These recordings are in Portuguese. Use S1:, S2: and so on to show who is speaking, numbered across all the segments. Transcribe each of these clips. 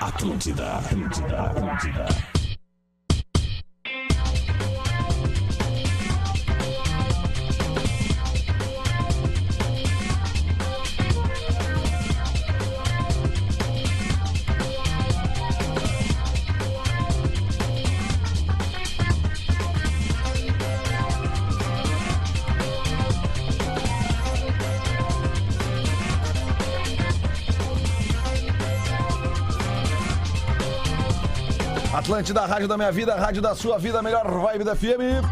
S1: Atlântida, Atlântida, Atlântida.
S2: Atlântida, a rádio da minha vida, a rádio da sua vida, a melhor vibe da FM.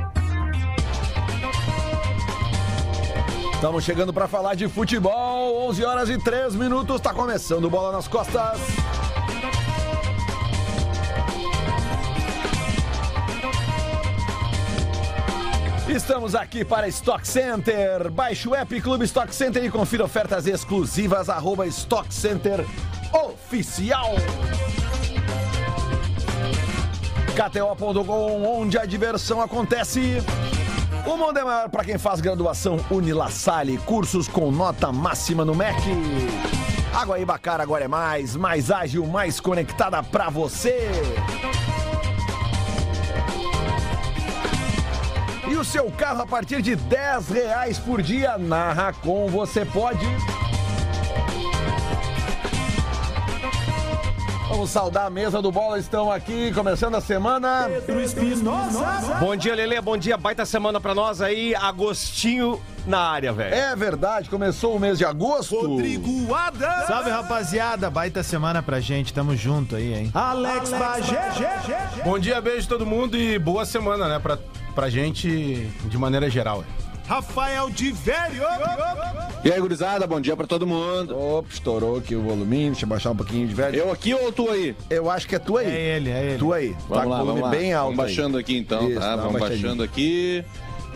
S2: Estamos chegando para falar de futebol, 11 horas e 3 minutos, tá começando Bola nas Costas. Estamos aqui para Stock Center. Baixe o app Clube Stock Center e confira ofertas exclusivas. Arroba Stock Center Oficial. KTO.com, onde a diversão acontece. O mundo é maior para quem faz graduação Unilassale, cursos com nota máxima no MEC. Água Ibacara agora é mais, mais ágil, mais conectada para você. E o seu carro a partir de 10 reais por dia na Racon você pode. Vamos saudar a mesa do Bola, estão aqui começando a semana.
S3: Bom dia, Lele. Bom dia. Baita semana pra nós aí. Agostinho na área, velho.
S2: É verdade, começou o mês de agosto.
S4: Salve, rapaziada. Baita semana pra gente. Tamo junto aí, hein?
S5: Alex, Bagé. Bom dia, beijo todo mundo e boa semana, né? Pra, pra gente de maneira geral.
S6: Ah,
S7: Rafael de Velho.
S8: E aí, gurizada, bom dia pra todo mundo.
S2: Opa, estourou aqui o voluminho, deixa eu baixar um pouquinho de velho.
S8: Eu aqui ou tu aí?
S2: Eu acho que é tu aí.
S4: É ele, é ele.
S2: Tu aí. tá com o volume bem alto.
S8: Vamos baixando aqui então,
S2: Isso, dá
S8: tá?
S2: uma
S8: Vamos
S2: baixadinha.
S8: baixando aqui.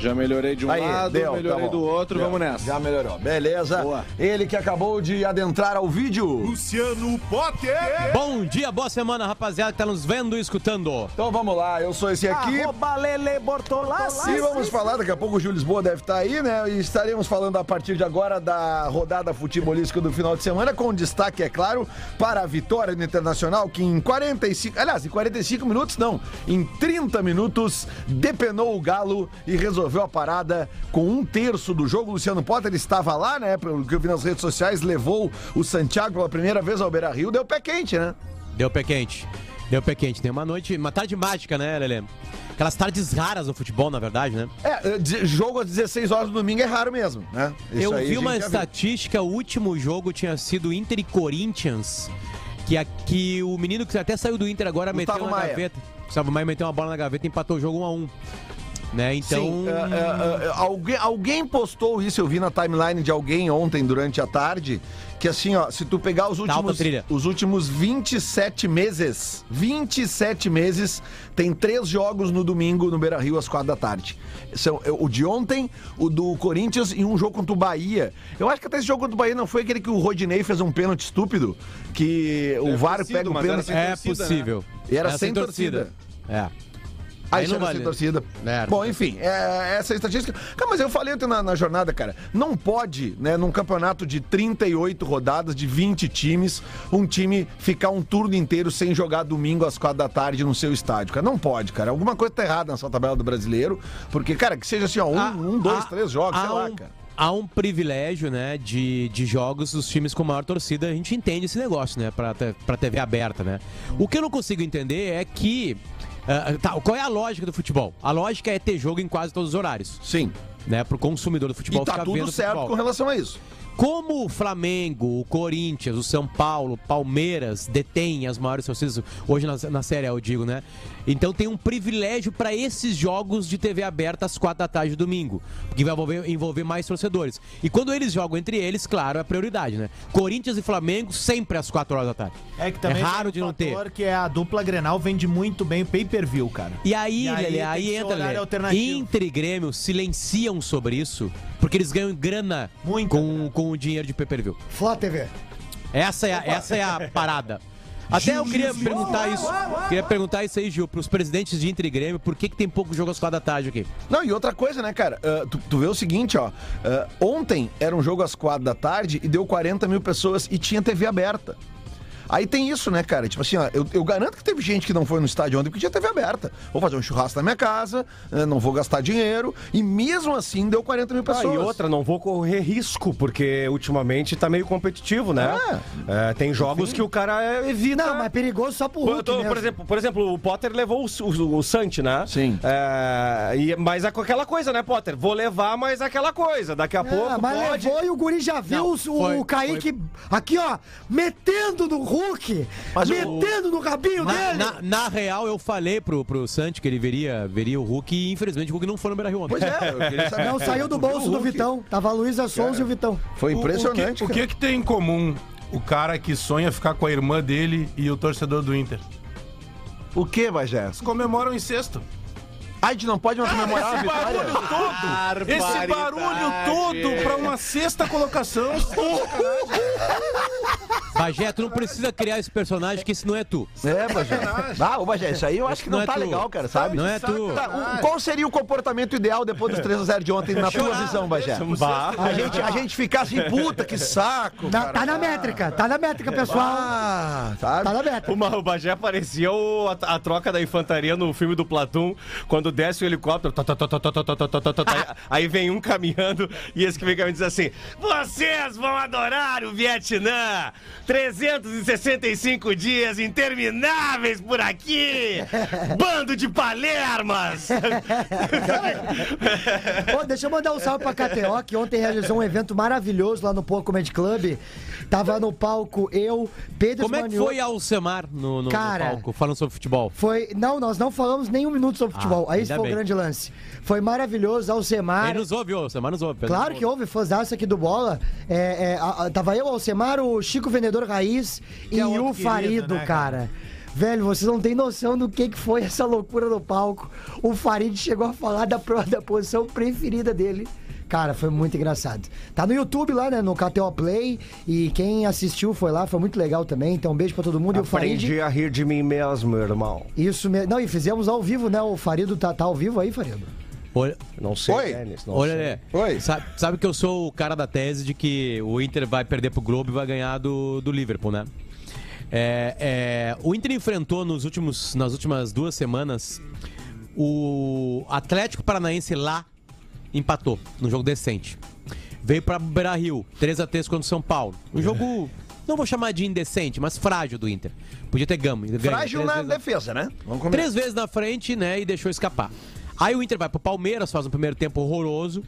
S8: Já melhorei de um
S2: Aí,
S8: lado,
S2: deu, tá
S8: melhorei
S2: bom.
S8: do outro, vamos nessa.
S2: Já melhorou. Beleza.
S8: Boa.
S2: Ele que acabou de adentrar ao vídeo.
S7: Luciano Potter.
S3: Bom dia, boa semana, rapaziada que tá nos vendo e escutando.
S2: Então vamos lá, eu sou esse aqui.
S4: Lele Bortolassi.
S2: E vamos falar, daqui a pouco o Júlio Lisboa deve estar aí, né? E estaremos falando a partir de agora da rodada futebolística do final de semana, com destaque, é claro, para a vitória do Internacional, que em 45. Aliás, em 45 minutos não, em 30 minutos, depenou o Galo e resolveu a parada com um terço do jogo. Luciano Potter estava lá, né? Pelo que eu vi nas redes sociais, levou o Santiago pela primeira vez ao Beira Rio, deu pé quente, né?
S3: Deu pé quente. Deu pé quente. Tem uma noite, uma tarde mágica, né, Lele? Aquelas tardes raras no futebol, na verdade, né?
S2: É, eh, de- jogo às 16 horas do domingo é raro mesmo, né? Isso
S3: Eu
S2: aí a
S3: vi
S2: gente
S3: uma
S2: já viu.
S3: estatística, o último jogo tinha sido Inter e Corinthians, que, a, que o menino que até saiu do Inter agora
S2: Gustavo
S3: meteu na
S2: Maia.
S3: gaveta. Gustavo Maia meteu uma bola na gaveta e empatou o jogo 1 a 1 Né, então...
S2: Sim, é, é, é, alguém, alguém postou isso, eu vi na timeline de alguém ontem durante a tarde, que assim, ó, se tu pegar os
S3: Tá alta
S2: últimos,
S3: trilha.
S2: os últimos 27 meses, 27 meses, tem três jogos no domingo no Beira Rio às quatro da tarde. São é, o de ontem, o do Corinthians e um jogo contra o Bahia. Eu acho que até esse jogo contra o Bahia não foi aquele que o Rodinei fez um pênalti estúpido, que o VAR
S8: ter sido,
S2: pega o
S8: mas
S2: pênalti.
S8: era sem
S3: É
S8: torcida,
S3: possível.
S2: né? Era sem
S3: É.
S2: Aí
S3: Aí não
S2: chega
S3: vale.
S2: sem torcida.
S3: É,
S2: Bom,
S3: não-
S2: enfim, é, essa é a estatística. Cara, mas eu falei ontem na, na jornada, cara, não pode, né, num campeonato de 38 rodadas, de 20 times, um time ficar um turno inteiro sem jogar domingo às quatro da tarde no seu estádio, cara. Não pode, cara. Alguma coisa tá errada nessa tabela do brasileiro, porque, cara, que seja assim, ó, um,
S3: Há-
S2: um, dois,
S3: há-
S2: três jogos,
S3: há
S2: sei lá,
S3: Ah, um-
S2: cara.
S3: Há um privilégio, né, de, de jogos dos times com maior torcida. A gente entende esse negócio, né, pra, te- pra TV aberta, né. O que eu não consigo entender é que... ah, tá, qual é a lógica do futebol? A lógica é ter jogo em quase todos os horários,
S2: Sim.
S3: né, pro consumidor do futebol
S2: E tá
S3: ficar
S2: tudo
S3: vendo
S2: certo
S3: futebol.
S2: com relação a isso.
S3: Como o Flamengo, o Corinthians, o São Paulo, Palmeiras detêm as maiores torcidas hoje na, na Série A, eu digo, né? Então tem um privilégio para esses jogos de TV aberta às quatro da tarde de domingo, porque vai envolver, envolver mais torcedores. E quando eles jogam entre eles, claro, é prioridade, né? Corinthians e Flamengo sempre às quatro horas da tarde.
S4: É que também
S3: É raro de
S4: tem um
S3: não ter.
S4: fator que é a dupla Grenal vende muito bem o pay-per-view, cara.
S3: E aí,
S4: E aí
S3: Lelê,
S4: tem que
S3: aí
S4: ser
S3: entra,
S4: horário
S3: Lelê.
S4: alternativo.
S3: Inter e Grêmio silenciam sobre isso, porque eles ganham grana
S4: Muita
S3: com, com o dinheiro de pay-per-view.
S6: Flá TV.
S3: Essa é, a- essa é a parada. Até eu queria perguntar isso. Queria perguntar isso aí, Gil, pros presidentes de Inter e Grêmio, por que, que tem pouco jogo às quatro da tarde aqui?
S2: Não, e outra coisa, né, cara? Ah, tu, tu vê o seguinte, ó. Ah, ontem era um jogo às quatro da tarde e deu 40 mil pessoas e tinha TV aberta. Aí tem isso, né, cara? Tipo assim, ó, eu, eu garanto que teve gente que não foi no estádio ontem porque tinha TV aberta. Vou fazer um churrasco na minha casa, né, não vou gastar dinheiro. E mesmo assim deu 40 mil
S6: Ah,
S2: pessoas.
S6: e outra, não vou correr risco, porque ultimamente tá meio competitivo, né? É, tem jogos que o cara evita.
S9: Não, mas é perigoso só pro Hulk
S6: Eu tô,
S9: mesmo.
S6: por, exemplo, por exemplo, o Potter levou o, o, o Santi, né?
S2: Sim.
S6: É, e, mas a- aquela coisa, né, Potter? Vou levar, mas aquela coisa. Daqui a
S9: Ah,
S6: pouco
S9: mas
S6: pode...
S9: levou e o Guri já viu
S3: Não,
S9: o,
S3: foi-
S9: o Kaique aqui, ó, metendo no Hulk,
S2: Mas o-
S9: metendo no rabinho
S3: Na,
S9: dele.
S3: na- na real, eu falei pro, pro Santi que ele veria, veria o Hulk e infelizmente o Hulk não foi no Beira Rio ontem.
S2: Pois é, eu queria saber.
S9: Não saiu do bolso do
S2: Hulk.
S9: Vitão. Tava a Luísa Souza e o Vitão.
S2: Foi impressionante.
S5: O, que, o que que tem em comum o cara que sonha ficar com a irmã dele e o torcedor do Inter?
S2: O que, Bagé?
S5: Eles comemoram incesto.
S2: A gente não pode mais comemorar a vitória.
S5: todo! Esse barulho todo pra uma sexta colocação.
S3: Bagé, tu não precisa criar esse personagem, que esse não é tu.
S2: É, Bagé. Ah, ô Bagé, isso aí eu acho que não,
S3: Não é
S2: tá
S3: tu.
S2: legal, cara, sabe?
S3: Não é tu.
S2: Tá, o- qual seria o comportamento ideal depois dos 3x0 de ontem, na tua visão, Bagé?
S6: Bah.
S2: A gente, a gente ficar assim, puta, que saco.
S9: Na- tá na métrica, tá na métrica, pessoal.
S2: Ah,
S9: Tá
S2: sabe?
S9: na métrica.
S6: Uma, o Bagé parecia o- a, a troca da infantaria no filme do Platum, quando desce o helicóptero. tá, tó, tó, tó, tó, tó, tó, tó, tó, tó, tó, tá, aí, aí vem um caminhando e esse que vem caminhando diz assim: Vocês vão adorar o Vietnã! 365 dias intermináveis por aqui! Bando de palermas!
S9: Ô, deixa eu mandar um salve pra KTO, que ontem realizou um evento maravilhoso lá no Pô Comedy Club. Tava no palco eu, Pedro
S3: Como é que
S9: Maniolo-
S3: foi Alcemar no, no- no
S9: Cara.
S3: palco, falando sobre futebol?
S9: Foi. Não, nós não falamos nem um minuto sobre futebol. Aí esse
S3: Ah, ainda
S9: foi o
S3: bem.
S9: grande lance. Foi maravilhoso,
S3: Ele
S9: Alcemar.
S3: nos ouve, ô, Alcemar nos ouve. um
S9: Claro que houve fãzaço aqui do Bola. É, é, a- a- tava eu, Alcemar, o Chico Vendedor Raiz e
S4: é
S9: o
S4: outro querido,
S9: Farido,
S4: né,
S9: cara. Velho, vocês não têm noção do que, que foi essa loucura no palco. O Farid chegou a falar da, pro- da posição preferida dele. Cara, foi muito engraçado. Tá no YouTube lá, né? No KTO Play. E quem assistiu foi lá, foi muito legal também. Então, um beijo pra todo mundo. E o Farid.
S6: a rir de mim mesmo, irmão.
S9: Isso mesmo. Não, e fizemos ao vivo, né? O Farido tá, tá ao vivo aí, Farido.
S3: Olha,
S6: Não sei,
S2: Oi.
S6: Denis, não
S3: olha
S6: sei.
S3: Lelê,
S2: Oi.
S3: Sabe, sabe que eu sou o cara da tese de que o Inter vai perder pro Globo e vai ganhar do, do Liverpool, né? É, é, o Inter enfrentou nos últimos, nas últimas duas semanas o Atlético Paranaense lá empatou num jogo decente. Veio pra Beira Rio, 3x3 contra o São Paulo.
S2: É.
S3: Um jogo, não vou chamar de indecente, mas frágil do Inter. Podia ter gama.
S2: Frágil na defesa, né? Vamos começar.
S3: Três vezes na frente, né? E deixou escapar. Aí o Inter vai pro Palmeiras, faz um primeiro tempo horroroso.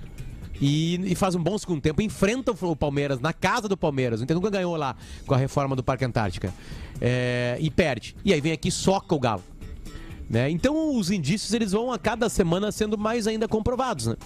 S3: E, e faz um bom segundo tempo, enfrenta o Palmeiras na casa do Palmeiras. O Inter nunca ganhou lá com a reforma do Parque Antártica. É, e perde. E aí vem aqui e soca o Galo. Né? Então os indícios eles vão a cada semana sendo mais ainda comprovados. Né?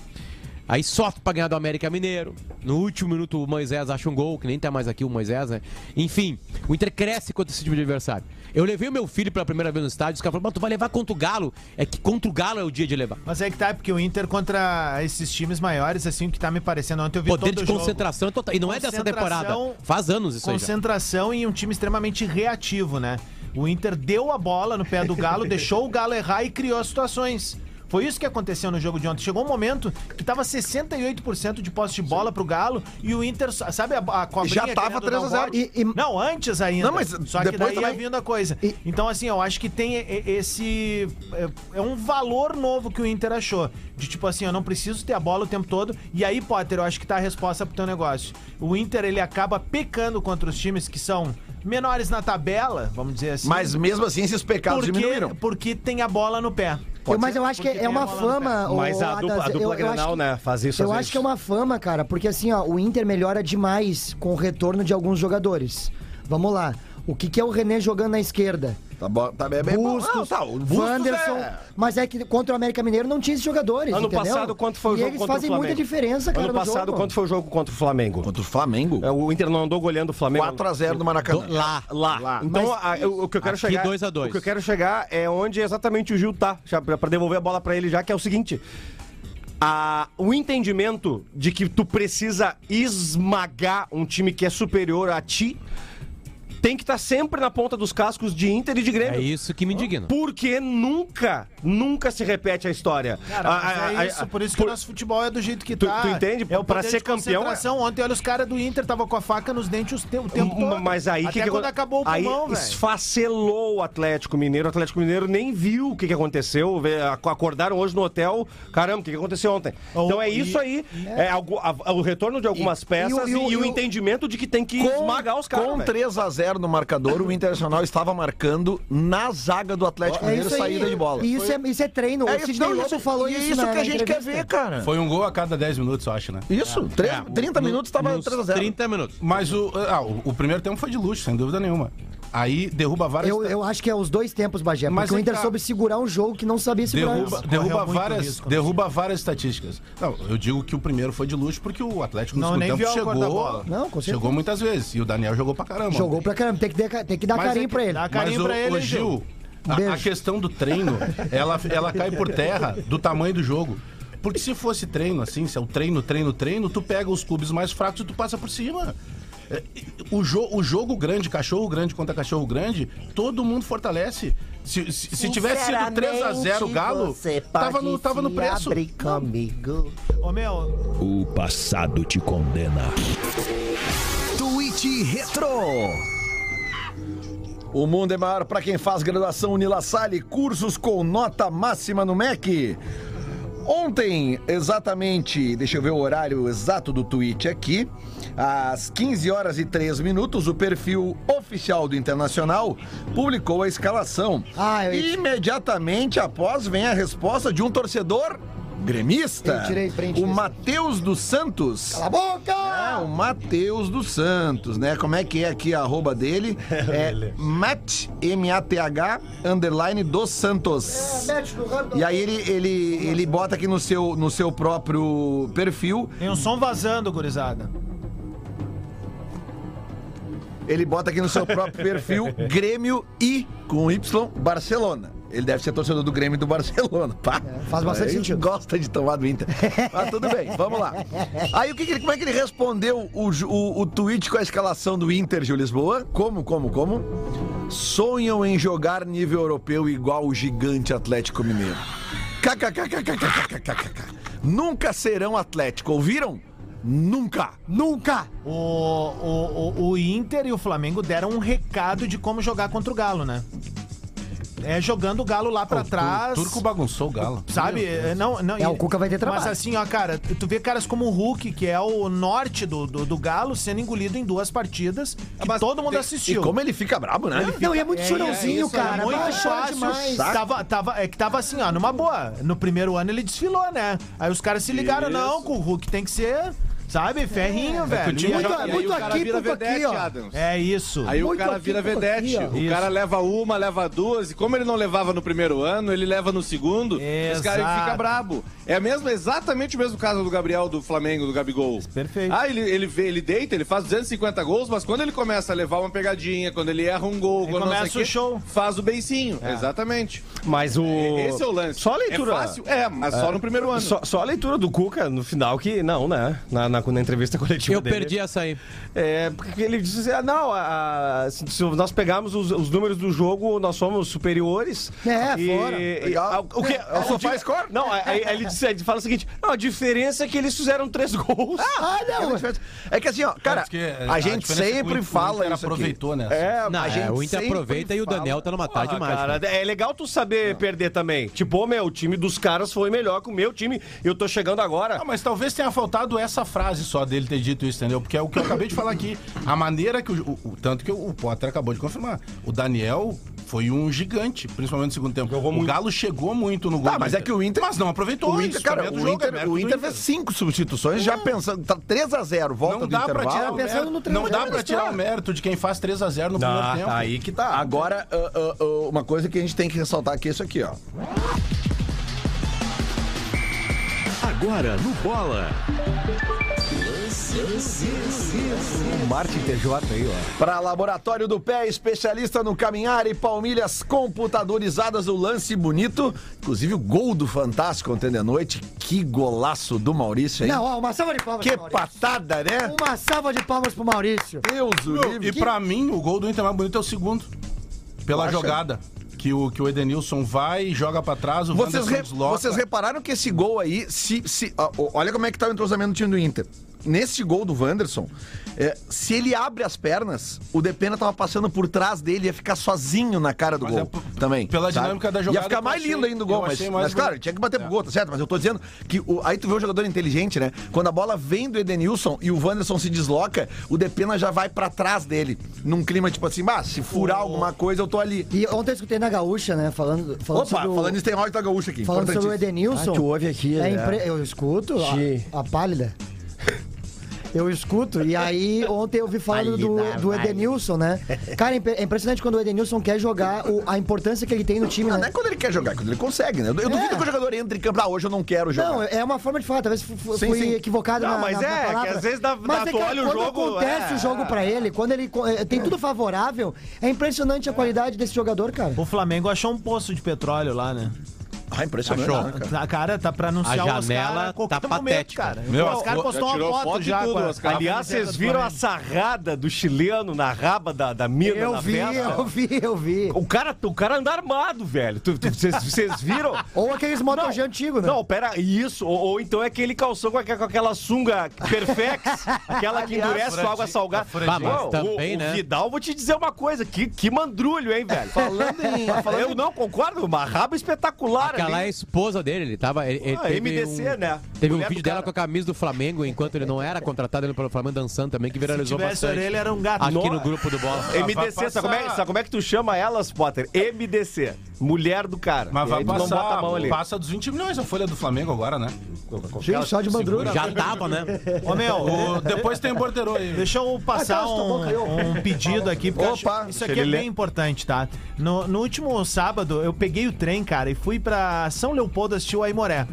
S3: Aí sofre pra ganhar do América Mineiro. No último minuto o Moisés acha um gol, que nem tá mais aqui o Moisés, né? Enfim, o Inter cresce contra esse time de adversário. Eu levei o meu filho pela primeira vez no estádio, os caras falaram, mas tu vai levar contra o Galo. É que contra o Galo é o dia de levar.
S4: Mas é que tá, porque o Inter contra esses times maiores, assim, o que tá me parecendo ontem, eu vi
S3: Poder
S4: todo
S3: de
S4: o jogo.
S3: concentração é total. E não é dessa temporada.
S4: Concentração-
S3: Faz anos isso aí. já.
S4: Concentração e um time extremamente reativo, né? O Inter deu a bola no pé do Galo, deixou o Galo errar e criou as situações. Foi isso que aconteceu no jogo de ontem. Chegou um momento que tava 68% de posse de bola pro Galo e o Inter, sabe, a, a cobrinha
S2: Já tava
S4: querendo dar
S2: 3 a
S4: um
S2: 0.
S4: bote?
S9: E- e-
S4: Não, antes ainda.
S2: Não, mas
S4: Só que
S2: depois
S4: daí
S2: também-
S4: ia vindo a coisa.
S9: E-
S4: Então, assim, eu acho que tem e- e- esse. É é um valor novo que o Inter achou. De tipo assim, eu não preciso ter a bola o tempo todo. E aí, Potter, eu acho que tá a resposta pro teu negócio. O Inter, ele acaba pecando contra os times que são menores na tabela, vamos dizer assim.
S2: Mas mesmo assim, esses pecados
S4: porque,
S2: diminuíram.
S4: porque tem a bola no pé.
S9: Eu- mas eu acho que é uma fama. ô,
S6: Mas a
S9: Adas,
S6: dupla, a
S9: eu-
S6: dupla
S9: eu acho
S6: Grenal,
S9: que-
S6: né? Faz isso
S9: Eu
S6: às
S9: acho
S6: vezes.
S9: que é uma fama, cara, porque assim, ó, o Inter melhora demais com o retorno de alguns jogadores. Vamos lá. O que, que é o René jogando na esquerda?
S2: Tá, bom, tá bem,
S6: É,
S2: bem bom.
S9: Bustos,
S2: Não, tá, o Bustos
S9: Wanderson.
S2: é-
S9: Mas é que contra o América Mineiro não tinha esses jogadores.
S6: Ano
S9: entendeu?
S6: passado, quanto foi o
S9: e
S6: jogo
S9: eles
S6: contra o
S9: fazem
S6: Flamengo?
S9: muita diferença, cara.
S6: Ano
S9: no
S6: passado,
S9: jogo.
S6: quanto foi o jogo contra o Flamengo?
S2: Contra o Flamengo,
S6: É, O Inter não andou goleando o Flamengo.
S2: 4x0 no Maracanã.
S3: Do- lá.
S6: Lá. Então, a- eu- o que eu quero
S3: Aqui, é
S6: chegar.
S3: dois a dois.
S6: O que eu quero chegar é onde exatamente o Gil tá, já pra, pra devolver a bola pra ele já, que é o seguinte. a- o entendimento de que tu precisa esmagar um time que é superior a ti tem que estar sempre na ponta dos cascos de Inter e de Grêmio.
S3: É isso que me indigna.
S6: Porque nunca, nunca se repete a história.
S4: Cara,
S6: A-
S4: mas
S6: a-
S4: é
S6: a-
S4: isso,
S6: a-
S4: por isso que o nosso futebol é do jeito que
S6: ah, Tu-
S4: tá.
S6: tu entende?
S4: É o
S6: Pra
S4: poder
S6: ser
S4: de
S6: campeão, Hum,
S4: concentração. Ontem, olha, os caras do Inter tava com a faca nos dentes o tempo, o tempo todo.
S6: Um, Mas aí
S4: Até
S6: que que
S4: quando
S6: acon-
S4: acabou o
S6: aí
S4: pulmão, velho.
S6: esfacelou o Atlético Mineiro. O Atlético Mineiro nem viu o que, que aconteceu. Vê- ac- Acordaram hoje no hotel. Caramba, o que, que aconteceu ontem?
S4: Ou-
S6: Então é
S4: e- né?
S6: isso aí. É algo- a- o retorno de algumas peças e,
S9: e o-
S6: o
S9: e o-
S6: entendimento de que tem que esmagar os caras.
S10: Com
S6: velho.
S10: 3x0 no marcador, o Internacional estava marcando na zaga do Atlético
S9: É
S10: Mineiro
S9: isso aí.
S10: saída de bola.
S9: E isso é, isso é treino.
S10: É
S9: o Sidney
S10: não,
S9: Lobo falou
S10: e é
S9: isso
S10: isso
S9: na-
S10: que
S9: na
S10: a gente quer
S9: entrevista.
S10: ver, cara.
S5: Foi um gol a cada 10 minutos, eu acho, né?
S10: Isso, três- 30 minutos estava
S3: Nos
S10: 3x0.
S3: 30 minutos.
S5: Mas o, ah, o, o primeiro tempo foi de luxo, sem dúvida nenhuma. Aí derruba várias.
S9: Eu, eu acho que é os dois tempos, Bagé.
S5: Mas
S6: é
S9: porque o
S5: aí
S9: Inter
S5: tá.
S9: soube segurar um jogo que não sabia segurar
S5: Derruba,
S9: antes.
S5: derruba,
S4: Correu muito
S5: várias,
S9: né?
S4: risco,
S5: derruba várias estatísticas. Não, eu digo que o primeiro foi de luxo porque o Atlético no
S4: Não, nem
S5: segundo tempo
S4: viu a cor da
S5: chegou.
S4: bola.
S9: Não, com certeza.
S5: chegou muitas vezes. E o Daniel jogou pra caramba.
S9: Jogou pra caramba. Tem que, dar- tem que dar
S5: Mas é
S9: carinho
S5: que-
S9: pra ele.
S4: dá carinho
S5: Mas o,
S4: pra ele,
S5: o Gil, a,
S9: Beijo.
S5: a questão do treino, ela, ela cai por terra do tamanho do jogo. Porque se fosse treino, assim, se é o treino, treino, treino, tu pega os clubes mais fracos e tu passa por cima. É, e- O, jo- o jogo grande, cachorro grande contra cachorro grande, todo mundo fortalece. Se, se- se tivesse sido 3x0 Galo, tava no, tava no preço.
S4: Ô, meu,
S1: O passado te condena.
S10: Twitch Retro.
S2: O mundo é maior para quem faz graduação Unilassalle, cursos com nota máxima no MEC. Ontem, exatamente, deixa eu ver o horário exato do tweet aqui, às 15 horas e 3 minutos, o perfil oficial do Internacional publicou a escalação.
S9: Ah, eu-
S2: Imediatamente após vem a resposta de um torcedor gremista,
S9: Eu tirei print
S2: o
S9: disso.
S2: Matheus dos Santos.
S9: Cala a boca!
S2: Ah, o Matheus dos Santos, né? Como é que é aqui a arroba dele? É Matt, M-A-T-H, underline dos Santos.
S9: É,
S2: E aí ele, ele, ele bota aqui no seu, no seu próprio perfil,
S4: tem um som vazando, gurizada.
S2: ele bota aqui no seu próprio perfil Grêmio e, com Y, Barcelona. Ele deve ser torcedor do Grêmio e do Barcelona, pá.
S9: É, faz bastante
S2: Ele
S9: sentido.
S2: Gosta de tomar do Inter. Mas tudo bem, vamos lá. Aí o que que ele- como é que ele respondeu o, ju- o, o tweet com a escalação do Inter de Lisboa? Como, como, como? Sonham em jogar nível europeu igual o gigante Atlético Mineiro. KKKKKKKKKK. Nunca serão Atlético, ouviram? Nunca!
S9: Nunca!
S4: O, o, o, o Inter e o Flamengo deram um recado de como jogar contra o Galo, né? É jogando o Galo lá pra trás.
S5: O Turco bagunçou o Galo.
S4: Sabe? É, Não, não,
S9: É,
S4: e-
S9: o Cuca vai ter trabalho.
S4: Mas assim, ó, cara, tu tu vê caras como o Hulk, que é o norte do, do, do Galo, sendo engolido em duas partidas, que todo mundo assistiu.
S2: Como ele fica brabo, né?
S9: Não, e é muito
S4: É,
S9: chorãozinho,
S4: isso,
S9: cara.
S4: é muito
S9: Mas chora
S4: fácil.
S9: demais.
S4: Tava, tava, é que tava assim, ó, numa boa. No primeiro ano ele desfilou, né? Aí os caras se ligaram, não, com o Hulk tem que ser, sabe, ferrinho, velho.
S8: time
S4: E
S8: já-
S9: Muito,
S8: aí
S9: muito
S8: o cara
S9: aqui,
S8: vira
S9: pouco aqui,
S8: vedete,
S9: ó.
S8: Adams.
S4: É isso.
S8: Aí o
S9: Muito
S8: cara
S9: aqui,
S8: vira
S9: pouco
S8: vedete.
S9: aqui, ó.
S8: o cara leva uma, leva duas, e como ele não levava no primeiro ano, ele leva no segundo, esse cara
S4: Exato.
S8: fica brabo. É mesmo, exatamente o mesmo caso do Gabriel do Flamengo, do Gabigol.
S4: Perfeito.
S8: Ah, ele, ele, vê, ele deita, ele faz 250 gols, mas quando ele começa a levar uma pegadinha, quando ele erra um gol,
S4: Ele
S8: quando não sei
S4: começa o
S8: quê,
S4: show. É.
S8: faz o beicinho. Exatamente.
S6: Mas o.
S8: Esse é o lance.
S6: Só a leitura.
S8: É fácil? É, mas só no primeiro ano.
S6: Só, só a leitura do Cuca no final, que não, né? Na, na, na entrevista coletiva
S3: Eu
S6: Tipo, dele.
S3: perdi essa aí.
S6: É, porque ele disse assim, ah, não, a- a- se, se nós pegarmos os, os números do jogo, nós somos superiores.
S9: É, fora.
S6: E,
S2: Legal.
S6: a- o que,
S2: É, o sofá
S6: di-
S2: score.
S6: Não, aí, aí ele, disse, ele fala o seguinte, não, a diferença é que eles fizeram três gols.
S9: Ah, não.
S2: É que assim, ó, cara, a gente
S5: é
S2: sempre fala isso aqui.
S5: aproveitou, né?
S6: É,
S3: Não,
S2: A
S3: é,
S2: gente
S3: o Inter
S2: sempre
S3: aproveita e o Daniel tá numa
S6: Porra,
S3: tarde demais.
S6: cara,
S9: né?
S6: é legal tu saber perder também. Tipo, ô, meu, o time dos caras foi melhor que o meu time. Eu tô chegando agora.
S5: Ah, mas talvez tenha faltado essa frase só dele ter dito isso, entendeu? Porque é o que eu acabei de falar aqui. A maneira que o, o- o- tanto que o, o Potter acabou de confirmar. O Daniel foi um gigante, principalmente no segundo tempo. o Galo chegou muito no gol.
S2: Tá,
S5: do
S2: mas é que o Inter-
S5: mas não aproveitou
S2: O
S5: isso,
S2: Inter, cara,
S5: também é
S2: o
S5: do jogo, é
S2: Inter,
S5: mérito
S2: o
S5: do
S2: Inter fez cinco substituições, já pensando. Tá 3x0, volta
S5: Não
S2: do
S5: dá pra tirar
S2: intervalo. né?
S5: o
S9: pensando no
S5: mérito, não dá
S9: treinador,
S5: pra tirar
S9: tá?
S5: o mérito de quem faz 3 a 0 no primeiro tempo.
S6: aí que tá.
S2: Agora, ah, ah, ah, uma coisa que a gente tem que ressaltar aqui é isso aqui, ó.
S1: Agora no Bola. Lance
S10: O Martin TJ aí, ó.
S2: Para Laboratório do Pé, especialista no caminhar e palmilhas computadorizadas, o lance bonito. Inclusive o gol do Fantástico ontem de noite. Que golaço do Maurício, hein?
S9: Não, ó, uma salva de palmas
S2: que
S9: pro Maurício.
S2: patada, né?
S9: Uma salva de palmas pro Maurício.
S2: Deus o livre.
S5: E pra mim, o gol do Inter mais bonito é o segundo. Pela jogada. Que o, que o Edenilson vai, joga pra trás, o
S2: Vocês,
S5: Wanderson
S2: re-
S5: desloca.
S2: vocês repararam que esse gol aí, se, se- ó, ó, olha como é que tá o entrosamento do time do Inter. Nesse gol do Wanderson, é, se ele abre as pernas, o Depena tava passando por trás dele, ia ficar sozinho na cara do
S5: Mas
S2: gol
S5: é p-
S2: também.
S5: pela dinâmica da
S2: Ia
S5: jogada
S2: ficar
S5: que eu
S2: mais
S5: achei-
S2: lindo ainda o
S5: eu
S2: gol, mas,
S5: achei mais
S2: mas, claro,
S5: bonito. É.
S2: tinha que bater pro gol, tá certo? Mas eu tô dizendo que o- aí tu vê um jogador inteligente, né? Quando a bola vem do Edenilson e o Wanderson se desloca, o Depena já vai pra trás dele, num clima tipo assim, bah, se furar alguma coisa, eu tô ali.
S9: E ontem eu escutei na Gaúcha, né? Falando, falando
S2: Opa,
S9: sobre o-
S2: falando isso, tem rock da gaúcha aqui.
S9: Falando sobre o
S2: importantíssimo.
S9: Edenilson.
S10: Ah, tu ouve aqui,
S9: é
S10: né?
S9: impre- Eu escuto
S10: Sim.
S9: a, a pálida. Eu escuto, e aí ontem eu vi falando do, do Edenilson, né? Cara, é impre- é impressionante quando o Edenilson quer jogar, o- a importância que ele tem no time,
S2: Não,
S9: né?
S2: não é quando ele quer jogar, é quando ele consegue, né? Eu eu duvido que o jogador entre em campo, ah, hoje eu não quero jogar.
S9: Não, é uma forma de falar, talvez fu- fu-
S2: Sim,
S9: fui
S2: sim.
S9: equivocado
S6: Não,
S9: na,
S6: mas
S9: na-
S6: é,
S9: na
S6: que
S9: palavra.
S6: às vezes dá-
S9: mas
S6: dá-
S9: é
S6: tu
S9: que
S6: olha o
S9: quando
S6: jogo,
S9: acontece
S6: é.
S9: o jogo pra ele, quando ele co- eh, tem tudo favorável, é impressionante a qualidade desse jogador, cara.
S4: O Flamengo achou um poço de petróleo lá, né?
S2: Ah, impressionante.
S5: Achou.
S2: né, cara?
S4: A cara tá pra anunciar
S3: A
S4: o
S3: janela
S4: Oscar a qualquer
S3: tá
S4: momento,
S3: patética.
S4: cara.
S5: Meu,
S4: o Oscar
S5: já
S4: postou uma
S8: tirou
S4: foto,
S8: foto e
S4: já.
S8: tudo,
S4: com a-
S8: Oscar.
S6: Aliás,
S9: é
S6: vocês viram a sarrada do chileno na raba da, da mina
S9: Eu
S6: na
S9: vi,
S6: festa?
S9: eu vi, eu vi.
S6: O cara, o cara anda armado, velho. Tu- tu- Vocês vocês viram?
S9: Ou aqueles motos antigos, né?
S6: Não, pera, isso. Ou, ou então é aquele calção com, aqua- com aquela sunga Perfex, aquela que endurece com água salgada.
S3: Ah, mas
S6: Ô,
S3: também,
S6: o,
S3: né?
S6: O Vidal, vou te dizer uma coisa, que, que mandrulho, hein, velho?
S2: Falando em. falando
S6: Eu
S2: em-
S6: não concordo, uma raba espetacular
S3: Aquela é a
S6: ali.
S3: esposa dele, ele tava. Ele, ele
S6: Ah,
S3: teve
S6: MDC,
S3: um,
S6: né?
S3: Teve um
S6: Mulher do
S3: vídeo dela
S6: cara.
S3: com a camisa do Flamengo enquanto ele não era contratado ele pelo Flamengo dançando também, que
S4: Se
S3: viralizou
S4: tivesse
S3: bastante.
S4: orelha, era um gato.
S3: Aqui no grupo do bola.
S6: MDC, sabe como, é, sabe como é que tu chama elas, Potter? MDC, mulher do cara.
S5: Mas
S6: E
S5: vai
S6: aí tu não bota
S5: passar,
S6: a mão ali.
S5: passa dos 20 milhões a folha do Flamengo agora, né?
S9: Sim, só de mandrulho.
S3: Já tava, né?
S4: Ô, meu,
S5: O- depois tem o Borderô aí.
S4: Deixa eu
S9: Ah,
S4: passar
S9: tá,
S4: um,
S9: você tomou,
S4: um pedido aqui, porque eu acho-
S2: Opa,
S4: isso
S6: deixa
S4: aqui é
S6: ele ler.
S4: bem importante, tá? No, no último sábado, eu peguei o trem, cara, e fui pra São Leopoldo assistir o Aimoré.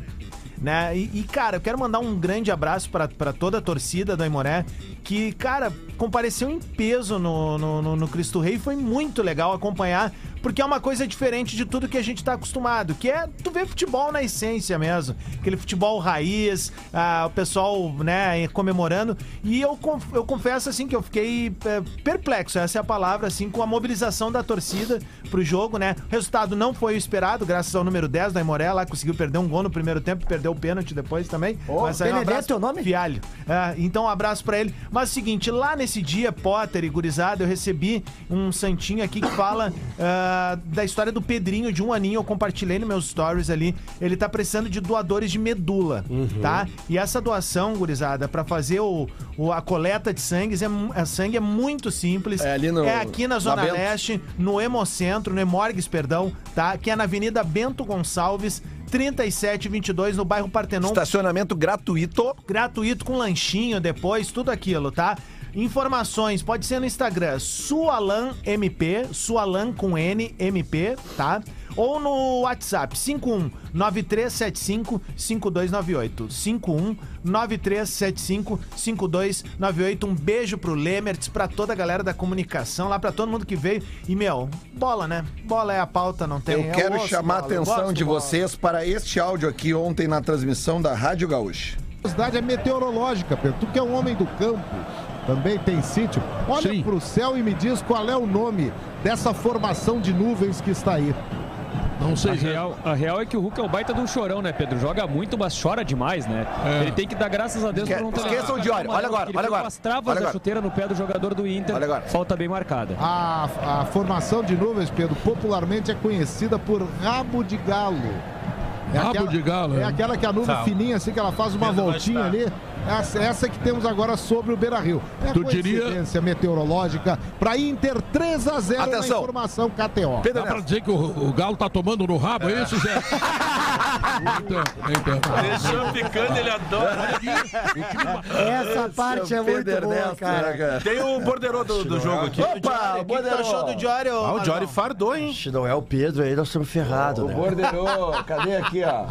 S4: Né? E, e, cara, eu quero mandar um grande abraço pra, pra toda a torcida do Aimoré, que, cara, compareceu em peso no, no, no- no Cristo Rei. Foi muito legal acompanhar, porque é uma coisa diferente de tudo que a gente tá acostumado, que é tu ver futebol na essência mesmo. Aquele futebol raiz, ah, o pessoal, né, comemorando. E eu, conf- eu confesso, assim, que eu fiquei é, perplexo, essa é a palavra, assim, com a mobilização da torcida pro jogo, né? O resultado não foi o esperado, graças ao número 10 da Imoré, lá conseguiu perder um gol no primeiro tempo, perdeu o pênalti depois também. Mas aí um
S9: Benedetto
S4: abraço-
S9: é o nome?
S4: Fialho. É, então, um abraço pra ele. Mas é o seguinte, lá nesse dia, Potter e gurizada, eu recebi um santinho aqui que fala ah, da história do Pedrinho de um aninho. Eu compartilhei nos meus stories ali. Ele tá precisando de doadores de medula,
S2: Uhum.
S4: tá? E essa doação, gurizada, pra fazer o, o- a coleta de sangues, é, mu- é sangue é muito simples.
S2: É ali no-
S4: É aqui na Zona
S2: na Bento.
S4: Leste, no Hemocentro, no Hemorgues, perdão, tá? Que é na Avenida Bento Gonçalves, 3722, no bairro Partenon
S2: Estacionamento gratuito.
S4: gratuito com lanchinho depois, tudo aquilo, tá? Informações, pode ser no Instagram, SualanMP, Sualan com N, MP, tá? Ou no WhatsApp, 51 9375 5298. 51 9375 5298. Um beijo pro Lemertz, pra toda a galera da comunicação, lá pra todo mundo que veio. E, meu, bola, né? Bola é a pauta, não tem
S2: Eu quero
S4: osso,
S2: chamar a
S4: bola, eu
S2: atenção
S4: gosto
S2: de
S4: bola.
S2: vocês para este áudio aqui ontem na transmissão da Rádio Gaúcha.
S11: cidade é meteorológica, Pedro. Tu que é um homem do campo, também tem sítio. Olha para pro céu e me diz qual é o nome dessa formação de nuvens que está aí.
S12: Não sei, a real, a real é que o Hulk é o baita de um chorão, né, Pedro? Joga muito, mas chora demais, né?
S3: É.
S12: Ele tem que dar graças a Deus
S2: Esque-
S12: por não ter
S2: esqueçam
S12: levado
S2: o Diori.
S12: cartão amarelo,
S2: Olha agora,
S12: porque ele
S2: olha
S12: foi
S2: agora.
S12: Com as travas
S2: Olha
S12: da
S2: agora.
S12: chuteira no pé do jogador do Inter.
S2: Olha agora.
S12: Falta bem marcada.
S13: Ah,
S11: A, a formação de nuvens, Pedro, popularmente é conhecida por rabo de galo. É
S13: Rabo
S11: aquela-
S13: de galo,
S11: É
S13: é.
S11: aquela que a nuvem
S5: Tá.
S11: fininha, assim, que ela faz uma
S5: Pedro vai
S11: voltinha
S5: chutar.
S11: ali. Essa, essa que temos agora sobre o Beira Rio. É
S13: Tu diria-
S11: coincidência meteorológica para Inter 3 a 0
S2: Atenção.
S11: na informação KTO.
S2: Pedro
S13: Dá pra
S2: Neto,
S13: dizer que o, o Galo tá tomando no rabo, é isso, Zé? Então, então.
S6: Deixou picando, ele adora.
S9: Essa parte é muito boa, cara.
S2: né?
S5: Tem o borderô do, do jogo aqui.
S4: Opa, o que que tu achou do Diori? ô,
S5: Ah, o Jory
S4: Marcão?
S5: fardou, hein?
S10: Se não é o Pedro aí, nós estamos ferrados, né?
S2: Borderô, cadê aqui, ó?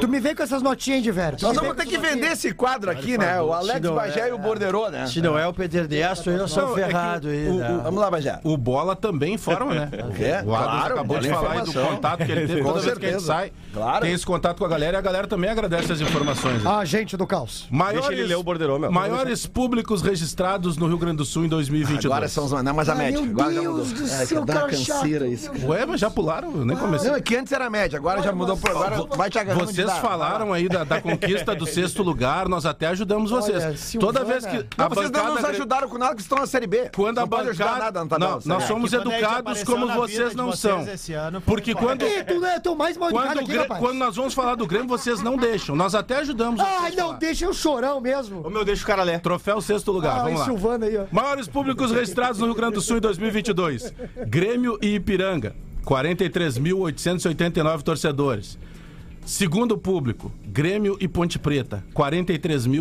S9: Tu me vem com essas notinhas de velho.
S2: Nós vamos ter que vender esse quadro aqui, né? O Alex
S10: não
S2: Bagé
S10: é-
S2: e o Borderô, né?
S10: Se não é o Pedernestro, aí nós estamos
S5: Não, é que
S10: ferrados aí,
S5: o-
S10: né?
S5: o-
S2: Vamos lá, Bagé.
S5: O Bola também informa, né?
S2: É,
S5: O Adams
S2: claro,
S5: acabou de
S2: bola é
S5: falar aí do
S2: informação.
S5: contato que ele teve
S2: Com
S5: toda vez que a gente
S2: certeza.
S5: sai.
S2: Claro.
S5: Tem esse contato com a galera e a galera também agradece as informações.
S9: Ah, gente do caos.
S5: Maiores,
S6: Deixa ele ler o borderô, meu.
S5: Maiores públicos registrados no Rio Grande do Sul em 2022.
S2: Agora são os não, mas a
S9: Ai,
S2: média.
S9: meu
S2: Agora já
S9: Deus
S2: mudou.
S9: do
S2: É, que
S9: céu,
S2: dá uma
S9: cara
S2: canseira
S9: chato,
S2: isso.
S9: meu
S5: Ué, mas já pularam, eu nem comecei.
S2: Não, é que antes era média, agora já mudou. pro- Agora vai te agarrando. de
S5: Vocês
S2: dar.
S5: falaram aí da, da conquista do sexto lugar, nós até ajudamos vocês.
S9: Olha, Silvana.
S5: Toda vez que.
S2: Não,
S5: a
S2: vocês não nos
S5: bancada-
S2: ajudaram com nada que estão na Série B.
S5: Quando
S2: não
S5: a
S2: pode ajudar
S5: bancada.
S2: nada na tabela,
S5: não,
S2: série
S5: nós
S2: A.
S5: somos
S4: É, que quando a gente
S5: educados
S4: apareceu
S5: como
S4: na vida
S5: vocês
S4: de
S5: não
S4: vocês
S5: são.
S4: esse ano foi
S5: Porque
S4: foda.
S5: quando.
S9: Ih, tu não é teu mais mal
S5: Quando,
S9: educado
S5: o
S9: aqui,
S5: Grê-
S9: rapaz.
S5: quando nós vamos falar do Grêmio, vocês não deixam. Nós até ajudamos.
S9: Ai,
S5: vocês
S9: não,
S5: falar.
S9: deixa eu chorão
S6: Ô,
S9: mesmo.
S6: meu, deixa o cara ler.
S5: Troféu sexto lugar,
S9: Ai,
S5: vamos lá.
S9: Silvana aí, ó.
S5: Maiores públicos registrados no Rio Grande do Sul em 2022. Grêmio e Ipiranga, 43.889 torcedores. Segundo público, Grêmio e Ponte Preta,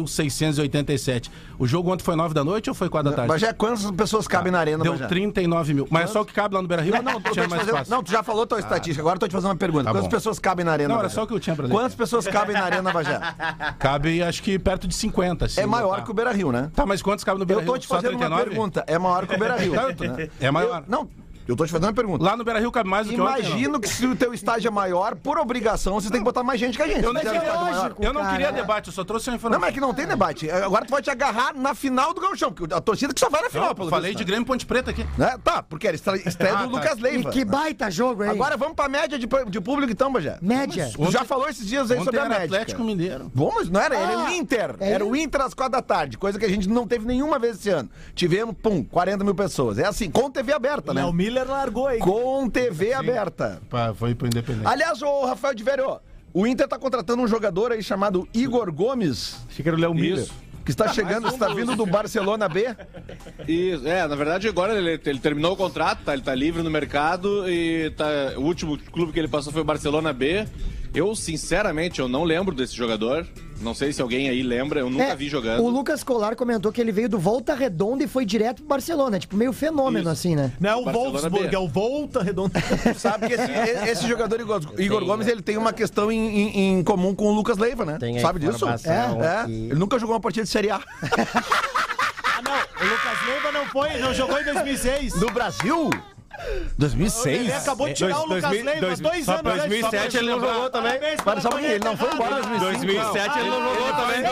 S5: 43.687. O jogo ontem foi 9 da noite ou foi 4 da tarde?
S2: Bagé, é quantas pessoas cabem na arena,
S5: Tá. Deu
S2: Bagé?
S5: 39 mil. Mas só o que cabe lá no Beira-Rio?
S2: Não, não, eu tô
S5: tinha
S2: te
S5: mais
S2: fazendo-
S5: fácil.
S2: não, tu já falou tua estatística, agora eu tô te fazendo uma pergunta.
S5: Tá
S2: Quantas
S5: bom.
S2: pessoas cabem na arena?
S5: Não, era
S2: Bagé?
S5: só o que eu tinha pra ler.
S2: Quantas pessoas cabem na arena, Bagé?
S5: Cabe, acho que perto de 50. se
S2: É maior
S5: botar.
S2: que o Beira Rio, né?
S5: Tá, mas quantos cabem no
S2: Eu
S5: Beira-Rio?
S2: tô te fazendo uma pergunta. É maior que o Beira Rio.
S5: Tanto, né? É maior.
S2: Não, eu tô te fazendo uma pergunta.
S5: Lá no Beira-Rio cabe mais do que ontem, não?
S2: Imagino que se o teu estágio é maior, por obrigação, você tem que botar mais gente que a gente.
S5: Eu não,
S2: Se
S5: queria,
S2: tiver um estádio maior.
S5: eu não
S9: cara.
S5: queria debate, eu só trouxe uma
S2: Não,
S5: informação.
S2: mas é que não tem debate. Agora tu vai te agarrar na final do Gauchão, porque a torcida que só vai na final,
S5: Não,
S2: pelo
S5: falei
S2: visto,
S5: de Grêmio e Ponte Preta aqui.
S2: né? Né? Tá, porque era estre- estreia
S5: Ah,
S2: do
S5: tá.
S2: Lucas Leiva.
S9: E que baita jogo, hein?
S2: Agora vamos pra média de, pu- de público então, Bajé.
S9: média.
S2: Tu já falou esses dias aí
S5: Ontem
S2: é sobre a
S5: era
S2: média.
S5: Atlético
S2: cara.
S5: Mineiro.
S2: Bom, mas não era, era
S9: Ah,
S2: o Inter.
S9: é
S2: Era o Inter às quatro da tarde, coisa que a gente não teve nenhuma vez esse ano. Tivemos, pum, 40 mil pessoas. É assim, com TV aberta, né?
S4: Léo Miller largou aí.
S2: Com TV aberta.
S5: Pá, foi
S2: Tipo,
S5: pro Independente.
S2: Aliás, o Rafael de Vério, o Inter tá contratando um jogador aí chamado Igor Gomes,
S6: Achei que era o Léo Miller.
S2: que está chegando, está vindo do Barcelona B.
S8: Isso, é, na verdade agora ele, ele terminou o contrato, tá, ele tá livre no mercado e tá, o último clube que ele passou foi o Barcelona B. Eu, sinceramente, eu não lembro desse jogador. Não sei se alguém aí lembra, eu nunca
S9: É,
S8: vi jogando.
S9: O Lucas Colar comentou que ele veio do Volta Redonda e foi direto pro Barcelona. Tipo, meio fenômeno,
S8: Isso.
S9: assim, né?
S4: Não é o
S8: Barcelona
S4: Wolfsburg,
S8: B.
S4: é o Volta Redonda.
S2: Sabe que esse, esse jogador Igor, Igor
S9: né?
S2: Gomes ele tem uma questão em, em- em comum com o Lucas Leiva, né?
S14: Tem a
S2: Sabe disso?
S14: informação
S2: É, é.
S14: que-
S2: Ele nunca jogou uma partida de Série A.
S4: Ah, não, o Lucas Leiva não foi, não jogou em 2006.
S2: Do Brasil?
S4: Ele
S2: 2006?
S4: acabou de tirar o Lucas Leiva há dois anos. antes.
S6: 2007 ele não jogou também.
S4: Parabéns pela
S2: Para só um pouquinho, ele não foi embora em 2005.
S6: 2007 ele não jogou também.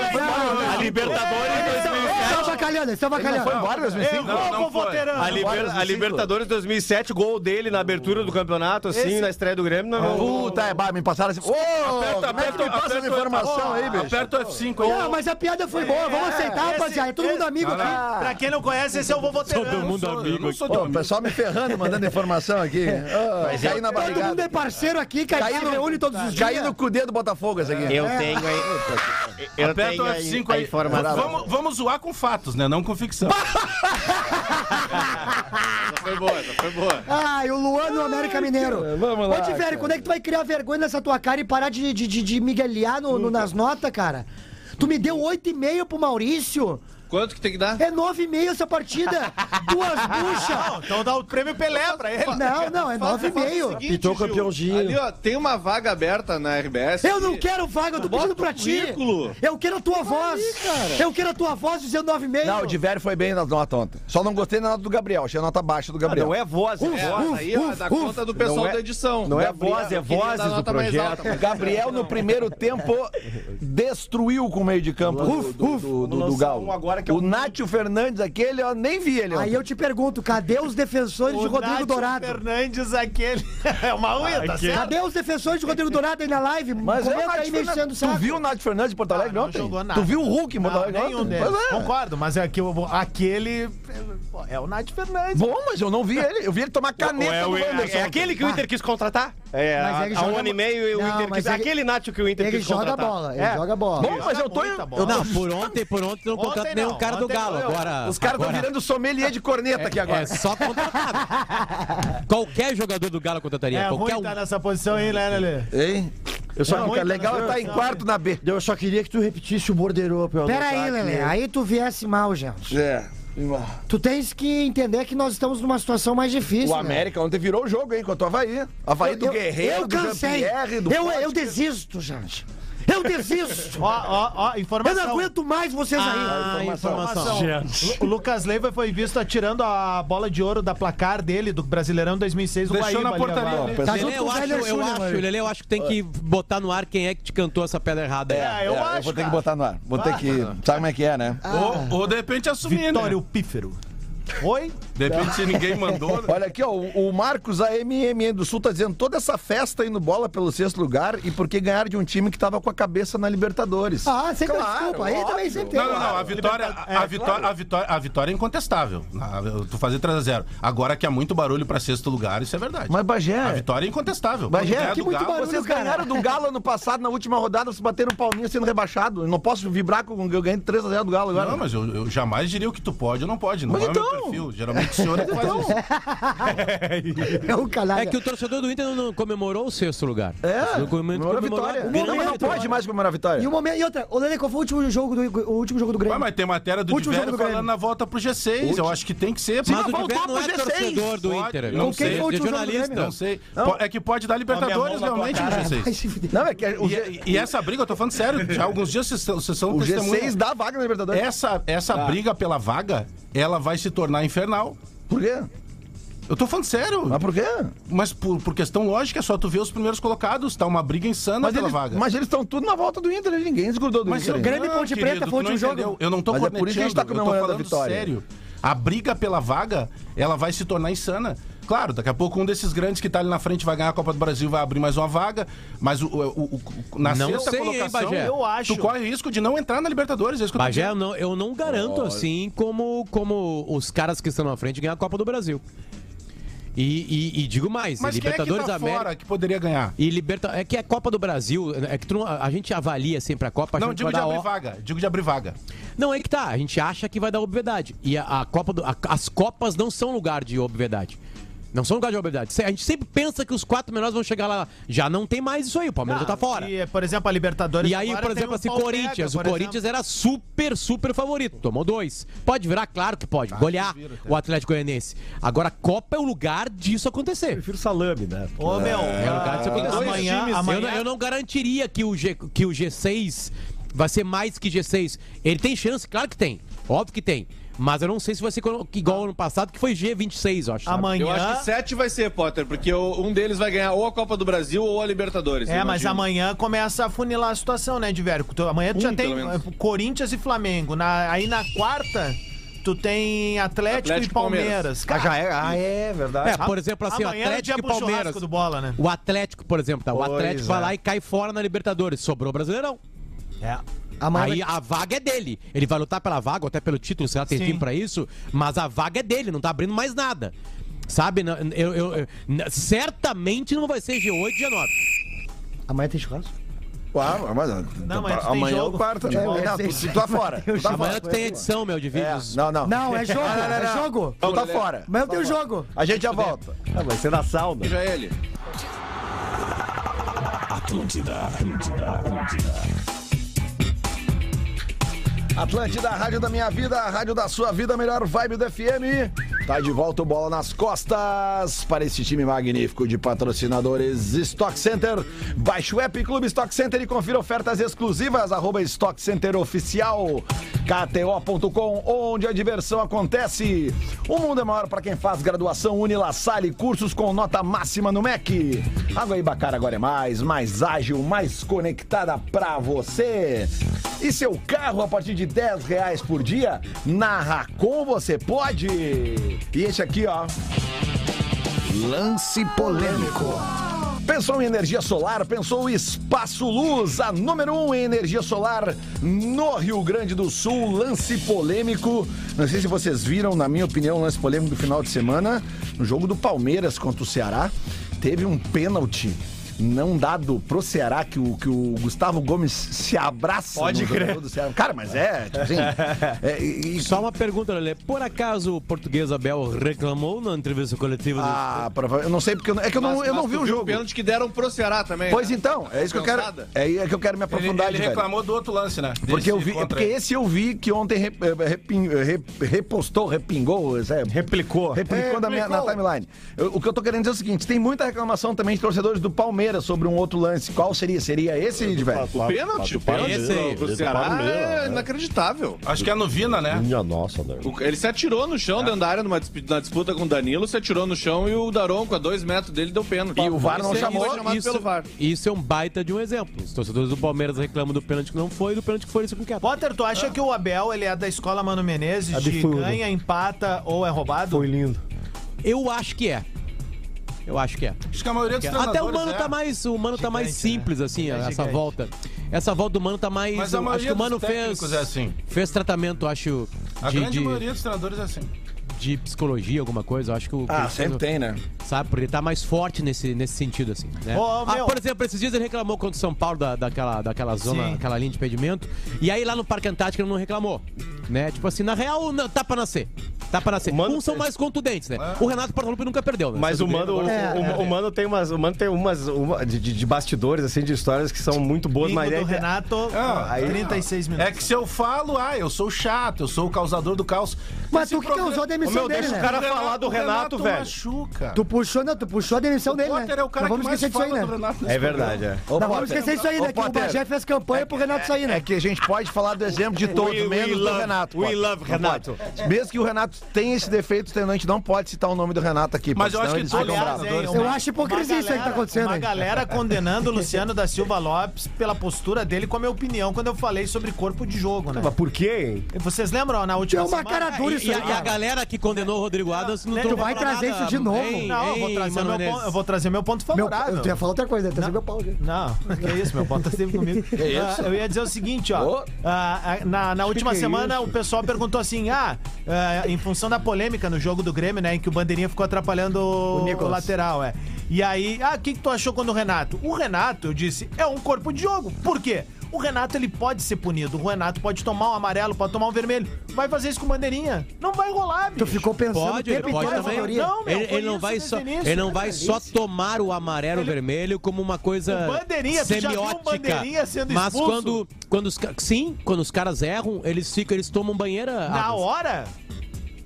S6: A Libertadores
S9: Ele
S6: em 2007.
S9: tá avacalhando, ele tá
S2: Ele não foi
S9: avacalhando.
S2: embora em 2005?
S4: Errou,
S6: não foi.
S4: Voterano.
S6: A, Liber-
S2: Agora,
S6: a Libertadores 2007, gol dele na abertura do campeonato, assim, na estreia do Grêmio. Não,
S2: Puta, é, bah, me passaram assim. Ô,
S5: Aperta,
S2: como é que tu
S5: aperta,
S2: passa essa
S5: aperta,
S2: informação aí, bicho? Ah,
S5: Aperta o F5 aí.
S9: Não, Ah, mas a piada foi boa, vamos aceitar,
S4: esse-
S9: rapaziada. É todo mundo
S4: esse-
S9: amigo aqui.
S4: Pra quem não conhece, esse é o Vovoterano.
S12: Todo mundo
S5: sou- eu
S12: amigo.
S5: não sou
S2: Pô, o pessoal me ferrando, mandando informação aqui. Ah, caí na
S9: Todo mundo é
S2: barrigada. Tá
S9: parceiro aqui, cara.
S2: Caí
S9: Caí reúne todos os
S2: no,
S9: dias.
S2: caí no cudê do Botafogo essa aqui.
S14: Eu tenho aí. Eu
S5: Aperta
S14: tenho
S5: o
S14: aí
S5: F5
S14: a
S5: aí.
S14: informação.
S5: Vamos, vamos zoar com fatos, né? Não com ficção.
S8: Essa foi boa, essa foi boa.
S9: Ah, e o Luan no América Mineiro. Vamos lá. Ô, Tiverio, quando é que tu vai criar vergonha nessa tua cara e parar de, de, de, de miguelhar no- no- nas notas, cara? Tu me deu 8,5 pro Maurício.
S8: Quanto que tem que dar?
S9: É 9,5 essa partida. Duas buchas.
S4: Então dá o prêmio Pelé pra ele.
S9: Não, não, é
S8: Faz- faz o
S9: 9,5.
S8: seguinte,
S14: Pitou
S8: Gil,
S14: campeãozinho.
S8: Ali, ó, tem uma vaga aberta na RBS.
S9: Eu não
S8: E-
S9: quero vaga, eu tô pedindo pra ti.
S8: currículo.
S9: Eu quero a tua voz. Eu quero a tua voz dizendo 9,5.
S2: Não, o Diverio foi bem nas notas ontem. Só não gostei da nota do Gabriel, achei a nota baixa do Gabriel.
S6: não é voz, é
S8: É,
S6: voz.
S8: essa aí é da conta do pessoal
S14: Não é-
S8: da edição.
S14: Não é
S8: Gabriel,
S14: voz, é
S8: eu queria
S14: vozes
S8: dar
S14: do
S8: nota mais
S14: projeto.
S8: alta, mas-
S2: Gabriel no primeiro tempo destruiu com o meio de campo do, do, do, do, do
S6: um
S2: Galo.
S6: é
S2: o Nátio Fernandes, aquele, ó, nem vi ele.
S9: Aí
S2: ontem.
S9: eu te pergunto, cadê os defensores de
S4: O
S9: Rodrigo
S4: Nátio
S9: Dourado?
S4: Fernandes, aquele. É uma unha, tá certo?
S9: Cadê os defensores de Rodrigo Dourado aí na live?
S2: Mas
S9: Comenta
S2: é o Nath
S9: aí me enchendo o
S2: Fernandes.
S9: saco.
S2: Tu viu o Nath Fernandes em Porto
S6: Ah,
S2: Alegre
S4: não
S2: ontem?
S4: jogou nada.
S2: Tu viu o Hulk em Porto
S4: Não,
S2: Alegre
S4: nenhum
S2: ontem?
S4: deles.
S2: Pois é.
S4: Concordo, mas é que o- aquele. pô, É o Nath Fernandes.
S2: Bom, mas eu não vi ele. Eu vi ele tomar caneta
S6: É,
S2: do
S6: o- é,
S2: Wanderson.
S6: é aquele que o Inter quis contratar? É,
S9: Mas ele
S6: há
S9: joga
S6: um ano e
S9: bo-
S6: meio e o
S9: Não,
S6: Inter
S9: mas
S6: quis.
S9: ele-
S6: Aquele Nacho que o Inter
S9: Ele
S6: quis
S9: joga
S2: tá.
S6: contratar.
S9: bola,
S4: É.
S2: É.
S9: ele joga bola.
S2: Bom,
S6: Tá
S2: mas eu tô.
S4: Muita bola.
S2: Eu
S3: Não, tá por ontem, por ontem não contrato
S4: Ontem
S3: nenhum
S4: não,
S3: cara do
S4: ontem
S3: Galo.
S4: foi eu.
S3: Agora,
S2: Os caras estão
S3: agora-
S2: virando sommelier de corneta aqui agora.
S3: É só contratado. Qualquer jogador do Galo contrataria.
S4: É
S3: qualquer
S4: ruim
S2: tá
S3: um.
S4: tá nessa posição aí, né, Lelê?
S2: Hein?
S10: Eu só que legal
S2: tá
S10: é estar em quarto na B.
S15: Eu só queria que tu repetisse o borderô pra eu
S9: Pera
S15: anotar
S9: aí,
S15: aqui.
S9: Lelê. Aí tu viesse mal, gente.
S2: É.
S9: Tu tens que entender que nós estamos numa situação mais difícil.
S2: O
S9: né?
S2: América ontem virou o jogo, hein? Contra o Havaí. Havaí do
S9: Eu- eu-
S2: Guerreiro,
S9: eu
S2: do
S9: cansei.
S2: Jean-Pierre, do
S9: Eu- eu
S2: Potker.
S9: desisto, gente. Eu desisto.
S4: Ó, ó, ó, informação.
S9: Eu não aguento mais vocês aí.
S4: Ah,
S9: Ah,
S4: informação.
S9: informação.
S4: Lu- O Lucas Leiva foi visto atirando a bola de ouro da placar dele, do Brasileirão 2006, o
S5: Deixou
S4: Guaíba.
S5: na
S4: ali
S5: portaria,
S4: agora.
S5: né?
S3: Lelê, eu acho, eu acho, Lelê, eu acho que tem que botar no ar quem é que te cantou essa pedra errada. aí.
S2: É, eu vou ter que botar no ar. Vou ter que. Sabe como é que é, né?
S5: Ou, ou de repente assumir,
S4: Vitório
S5: né?
S4: é Pífero. Oi?
S5: De repente se ninguém mandou, né?
S2: Olha aqui, ó, o o Marcos AMM do Sul tá dizendo toda essa festa indo bola pelo sexto lugar e porque ganhar de um time que tava com a cabeça na Libertadores.
S9: Ah, sempre desculpa. Aí também
S2: óbvio.
S9: sempre tem.
S5: Não, não, não. A vitória, a, a vitória, a, vitória, a vitória é incontestável. Na- Tu fazer 3x0. Agora que há muito barulho pra sexto lugar, isso é verdade. Mas
S2: Bagé.
S5: A vitória é incontestável.
S2: Bagé,
S5: Quando ganhar
S2: que
S5: do
S2: muito
S5: Galo,
S2: barulho, Vocês ganharam do Galo ano passado, na última rodada, vocês bateram o Palminha sendo rebaixado. Eu não posso vibrar com eu ganhei de 3x0 do Galo agora.
S5: Não, mas eu, eu jamais diria o que tu pode ou não pode. Não
S2: Mas
S5: é o
S2: então?
S5: meu perfil. Geralmente o senhor é que faz isso.
S9: É um canalha.
S3: É que o torcedor do Inter não- não comemorou o sexto lugar.
S2: É,
S3: O comemorou
S2: comemorou a vitória.
S3: a
S2: Não,
S3: grande
S2: não
S3: vitória.
S2: pode mais comemorar a vitória.
S9: E, o momento, e outra, o Lelê, qual foi o último jogo do, o último jogo do Grêmio?
S5: Ué, mas tem matéria do
S9: Último jogo
S5: Diverio
S9: do Grêmio.
S5: falando na volta pro G6. Eu acho que tem que ser.
S3: Mas o Diverio não é torcedor do Inter.
S5: Não
S3: Não
S5: sei.
S3: sei, é jornalista.
S5: Não sei. Po- É que pode dar Libertadores
S4: Ó, minha mão na
S5: realmente
S4: tua
S5: no
S4: cara.
S5: G6.
S2: Não, é que o,
S5: E,
S2: G...
S5: e- e essa briga, eu tô falando sério, já há alguns dias vocês são- vocês são
S2: o
S5: testemunha.
S2: G6 dá vaga na Libertadores.
S5: Essa, essa
S2: Tá.
S5: briga pela vaga, ela vai se tornar infernal.
S2: Por quê?
S5: Eu tô falando sério.
S2: Mas por quê?
S5: Mas por, por questão lógica, é só tu ver os primeiros colocados. Tá uma briga insana
S2: Mas
S5: pela
S2: eles,
S5: vaga.
S2: mas eles estão tudo na volta do Inter, né? ninguém desgrudou do
S5: Mas
S2: Inter.
S5: eu-
S2: né?
S9: Grêmio e Ponte
S5: querido,
S9: Preta
S5: tu
S9: foi o
S5: não
S9: último jogo.
S5: entendeu. Eu não tô
S2: Mas é por isso que a
S5: corneteando,
S2: gente tá
S5: eu tô
S2: comemorando a
S5: falando
S2: vitória.
S5: Sério. A briga pela vaga, ela vai se tornar insana. Claro, daqui a pouco um desses grandes que tá ali na frente vai ganhar a Copa do Brasil, vai abrir mais uma vaga, mas o, o- o- o- na
S3: Não
S5: sexta
S3: sei, hein,
S5: colocação,
S3: Bagé?
S4: Eu acho.
S5: tu corre o risco de não entrar na Libertadores. É isso que eu tô
S3: Bagé, eu
S5: dizendo.
S3: não, eu não garanto
S5: Olha.
S3: assim como, como os caras que estão na frente ganhar a Copa do Brasil. E, e- e digo mais,
S5: Mas quem é que
S3: Libertadores
S5: tá
S3: América.
S5: fora que poderia ganhar?
S3: E liberta... É que a Copa do Brasil, é que tu não- a gente avalia sempre a Copa.
S5: Não,
S3: achando que
S5: digo
S3: vai
S5: de
S3: dar
S5: abrir
S3: ó-
S5: vaga. Digo de abrir vaga.
S3: Não, é que tá. A gente acha que vai dar obviedade. E a, a Copa do- a- as Copas não são lugar de obviedade. Não são lugar de obviedade. Se- A gente sempre pensa que os quatro menores vão chegar lá. Já não tem mais isso aí. O Palmeiras já tá fora.
S4: Ah, E, por exemplo, a Libertadores.
S3: E aí,
S4: agora
S3: por
S4: tem
S3: exemplo,
S4: um
S3: assim,
S4: pau
S3: Corinthians.
S4: pega,
S3: o
S4: por
S3: Corinthians é
S4: exemplo.
S3: era super, super favorito. Tomou dois. Pode virar? Claro que
S4: Ah,
S3: pode. Golear o Atlético Goianiense. Agora, a Copa é o lugar disso acontecer.
S15: Prefiro salame, né?
S4: Ô, meu.
S3: É o lugar disso acontecer.
S4: amanhã,
S3: Eu não-
S4: amanhã.
S3: Eu, não, garantiria que o, G, que o G6 vai ser mais que G6. Ele tem chance? Claro que tem. Óbvio que tem. Mas eu não sei se vai ser colo- igual ano passado, que foi G26, eu acho. sabe?
S8: Eu acho que 7 vai ser, Potter, porque o- um deles vai ganhar ou a Copa do Brasil ou a Libertadores.
S4: É,
S8: eu
S4: mas
S8: imagino.
S4: amanhã começa a funilar a situação, né, Divérico? Tu- Amanhã tu
S8: Um,
S4: já tem
S8: pelo menos.
S4: eh, Corinthians e Flamengo. Na- aí na quarta, tu tem Atlético, e
S8: Atlético e
S4: Palmeiras.
S8: Palmeiras.
S4: Cara,
S15: já é, ah, é verdade.
S3: É, por exemplo, assim, o
S4: Amanhã é dia
S3: Atlético e
S4: pro churrasco
S3: Palmeiras.
S4: do bola, né?
S3: O Atlético, por exemplo, tá? O
S15: Pois
S3: Atlético vai
S15: é.
S3: lá e cai fora na Libertadores. Sobrou o Brasileirão.
S4: É.
S3: Aí a vaga é dele. Ele vai lutar pela vaga, ou até pelo título, será que tem
S4: Sim.
S3: time pra isso? Mas a vaga é dele, não tá abrindo mais nada. Sabe? Não- eu- eu- eu- n- certamente não vai ser G8, G9.
S15: Amanhã tem churrasco?
S2: Ah, mas,
S4: Não, mas tu tem
S2: amanhã
S4: jogo.
S2: é o quarto.
S4: De
S2: né?
S4: volta.
S2: Não, tu, tu tá fora. Tu tá
S3: Amanhã
S2: fora.
S3: tu tem edição, meu, de vídeos.
S2: Não, não.
S9: Não, é jogo,
S2: Não, não, não,
S9: é
S2: não.
S9: jogo.
S2: Tu tá fora.
S9: Mas eu tenho jogo.
S2: A gente já volta.
S15: Ah, vai ser na sauna.
S8: Seja ele.
S1: Atlântida, Atlântida, Atlântida.
S2: Atlântida, a rádio da minha vida, a rádio da sua vida, a melhor vibe do FM. Tá de volta o bola nas costas para esse time magnífico de patrocinadores Stock Center. Baixe o app Clube Stock Center e confira ofertas exclusivas. Arroba Stock Center Oficial, KTO.com, onde a diversão acontece. O mundo é maior para quem faz graduação Unilassale, cursos com nota máxima no MEC. Água Ibacara agora é mais, mais ágil, mais conectada para você. E seu carro a partir de 10 reais por dia? Na Racon você pode! E esse aqui, ó. Lance polêmico. Pensou em energia solar? Pensou em Espaço Luz, a número um em energia solar no Rio Grande do Sul. Lance polêmico. Não sei se vocês viram, na minha opinião, o lance polêmico do final de semana. No jogo do Palmeiras contra o Ceará, teve um pênalti não dado pro Ceará que o, que o Gustavo Gomes se abraça
S3: Pode
S2: no
S3: crer.
S2: jogador do Ceará. Cara, mas é, tipo assim, é, e- e-
S3: Só uma pergunta, Lelê. Por acaso o português Abel reclamou na entrevista coletiva?
S2: Ah, eu não sei porque eu não- é que eu não- eu não vi o jogo.
S8: um pênalti que deram pro Ceará também.
S2: Pois
S8: né?
S2: então, é isso que eu quero.
S8: Cansada.
S2: É, é que eu quero me aprofundar,
S5: Ele, ele
S2: velho.
S5: reclamou do outro lance, né?
S2: Porque,
S5: Desse
S2: eu vi, é
S5: contra
S2: porque
S5: ele.
S2: esse eu vi que ontem rep- eh, repin- eh, rep- repostou, repingou, é, replicou. Replicou, da minha- na
S10: Replicou.
S2: timeline. Eu- o que eu tô querendo dizer é o seguinte: tem muita reclamação também de torcedores do Palmeiras sobre um outro lance. Qual seria? Seria esse, Ed, velho?
S8: O pênalti, o pênalti pro Ceará é inacreditável.
S5: Acho que é no Vina, né?
S14: Minha nossa, né?
S8: O- Ele se atirou no chão dentro da área numa disp- na disputa com o Danilo, se atirou no chão e o Daronco, a dois metros dele, deu pênalti.
S3: E o VAR não
S8: Esse aí
S3: chamou,
S8: Foi chamado
S3: isso-
S8: pelo VAR.
S3: Isso é um baita de um exemplo. Os torcedores do Palmeiras reclamam do pênalti que não foi e do pênalti que foi, isso é com quer.
S4: Potter, tu acha que o Abel ele é da escola Mano Menezes
S3: É
S4: de
S3: absurdo.
S4: ganha, empata ou é roubado? Foi
S15: lindo.
S3: Eu acho que é. Eu acho que é.
S5: Acho que a maioria dos
S3: Até o
S5: treinadores
S3: Mano
S5: é.
S3: tá mais, o Mano tá mais simples assim,
S5: É
S3: essa
S5: gigante.
S3: volta. Essa volta do Mano tá mais,
S5: Mas a
S3: eu acho
S5: maioria
S3: que o Mano
S5: dos
S3: fez
S5: técnicos é assim.
S3: fez tratamento, acho
S5: A
S3: de,
S5: grande
S3: de-
S5: maioria dos treinadores é assim.
S3: de psicologia, alguma coisa, eu acho que o
S5: Ah,
S3: Cristiano-
S5: sempre tem, né?
S3: Sabe, porque ele tá mais forte nesse, nesse sentido, assim, né?
S4: Ô,
S3: Ah,
S4: meu.
S3: por exemplo, esses dias ele reclamou contra o São Paulo da, daquela, daquela zona,
S4: Sim.
S3: aquela linha de impedimento. E aí lá no Parque Antártico ele não reclamou, né? Tipo assim, na real, não, tá pra nascer. Tá pra nascer. Uns são mais contundentes, né?
S5: É.
S3: O Renato Portaluppi nunca perdeu, né?
S6: Mas
S3: Só
S6: o
S3: do
S6: mano,
S3: Grêmio
S6: o,
S3: agora.
S6: o- o mano tem umas, o mano tem umas uma- de, de- de bastidores assim de histórias que são muito boas,
S4: Bingo
S6: mas
S4: do
S6: é-
S4: Renato,
S5: Ah, aí-
S4: 36 minutos.
S5: É que se eu falo, ah, eu sou chato, eu sou o causador do caos.
S9: Mas
S5: Esse
S9: tu que
S5: programa-
S9: causou a demissão
S5: Ô, meu,
S9: dele,
S5: deixa
S9: né?
S5: o cara falar do Renato, velho.
S9: Tu puxou, não, tu puxou a demissão dele, né?
S5: Potter é o cara
S9: Não vamos
S5: que mais
S9: esquecer disso aí,
S5: fala
S9: né?
S5: do Renato
S6: É verdade, é.
S9: Não vamos esquecer isso aí, né? Que o Bagé fez campanha pro Renato sair, né?
S2: É que a gente pode falar do exemplo de
S9: We-
S2: todos,
S9: we
S2: menos do
S9: love-
S2: Renato.
S9: we
S2: Potter.
S9: love
S2: Não
S9: Renato.
S2: pode. Mesmo que o Renato tenha esse defeito, a gente não pode citar o nome do Renato aqui.
S9: Mas
S2: porque
S9: eu acho
S2: senão
S9: que
S2: eles
S9: todos-
S2: ficam
S9: aliás,
S2: bravos.
S9: hein, Eu acho hipocrisia isso aí que tá acontecendo
S4: é Uma
S9: aí.
S4: galera condenando o Luciano da Silva Lopes pela postura dele com a minha opinião quando eu falei sobre corpo de jogo, né?
S6: Mas por quê?
S4: Vocês lembram ó, na última
S9: Tem uma
S4: semana?
S9: cara dura
S4: É,
S9: isso
S3: E
S4: e
S3: a, e a galera que condenou o Rodrigo Adams não
S4: Né,
S3: trocou
S4: tu vai
S3: pra
S4: trazer
S3: nada.
S4: isso de novo?
S3: Hein,
S4: Não, eu vou
S3: hein,
S4: trazer
S3: Mano
S4: meu
S3: Menezes?
S4: ponto- eu vou trazer meu ponto
S9: Meu,
S4: favorável.
S9: eu tu ia falar outra coisa, eu ia trazer meu pau. já.
S4: é Não, que isso, meu pau tá sempre comigo. Ah, eu ia dizer o seguinte, ó. ah, ah, na na última
S9: que é
S4: semana,
S9: isso?
S4: o pessoal perguntou assim: ah, ah, em função da polêmica no jogo do Grêmio, né, em que o bandeirinha ficou atrapalhando o,
S9: Nicolas.
S4: lateral, é. E aí, ah, o que, que tu achou quando o Renato? O Renato, eu disse, é um corpo de jogo. Por quê? O Renato ele pode ser punido. O Renato pode tomar um amarelo, pode tomar um vermelho. Vai fazer isso com bandeirinha? Não vai rolar,
S9: Tu
S4: bicho.
S9: ficou pensando
S4: Pode,
S9: o tempo
S4: pode
S9: inteiro essa
S4: também.
S9: teoria.
S4: Não, meu,
S3: ele,
S4: foi
S3: ele não
S4: isso
S3: vai
S4: desde
S3: só,
S4: o início,
S3: ele não
S4: né?
S3: vai só tomar o amarelo e o vermelho como uma coisa
S4: O bandeirinha, tu já viu um
S3: semiótica.
S4: bandeirinha sendo
S3: mas
S4: expulso?
S3: quando quando os ca- sim, quando os caras erram, eles ficam, eles tomam banheira.
S4: Na
S3: Adams.
S4: hora?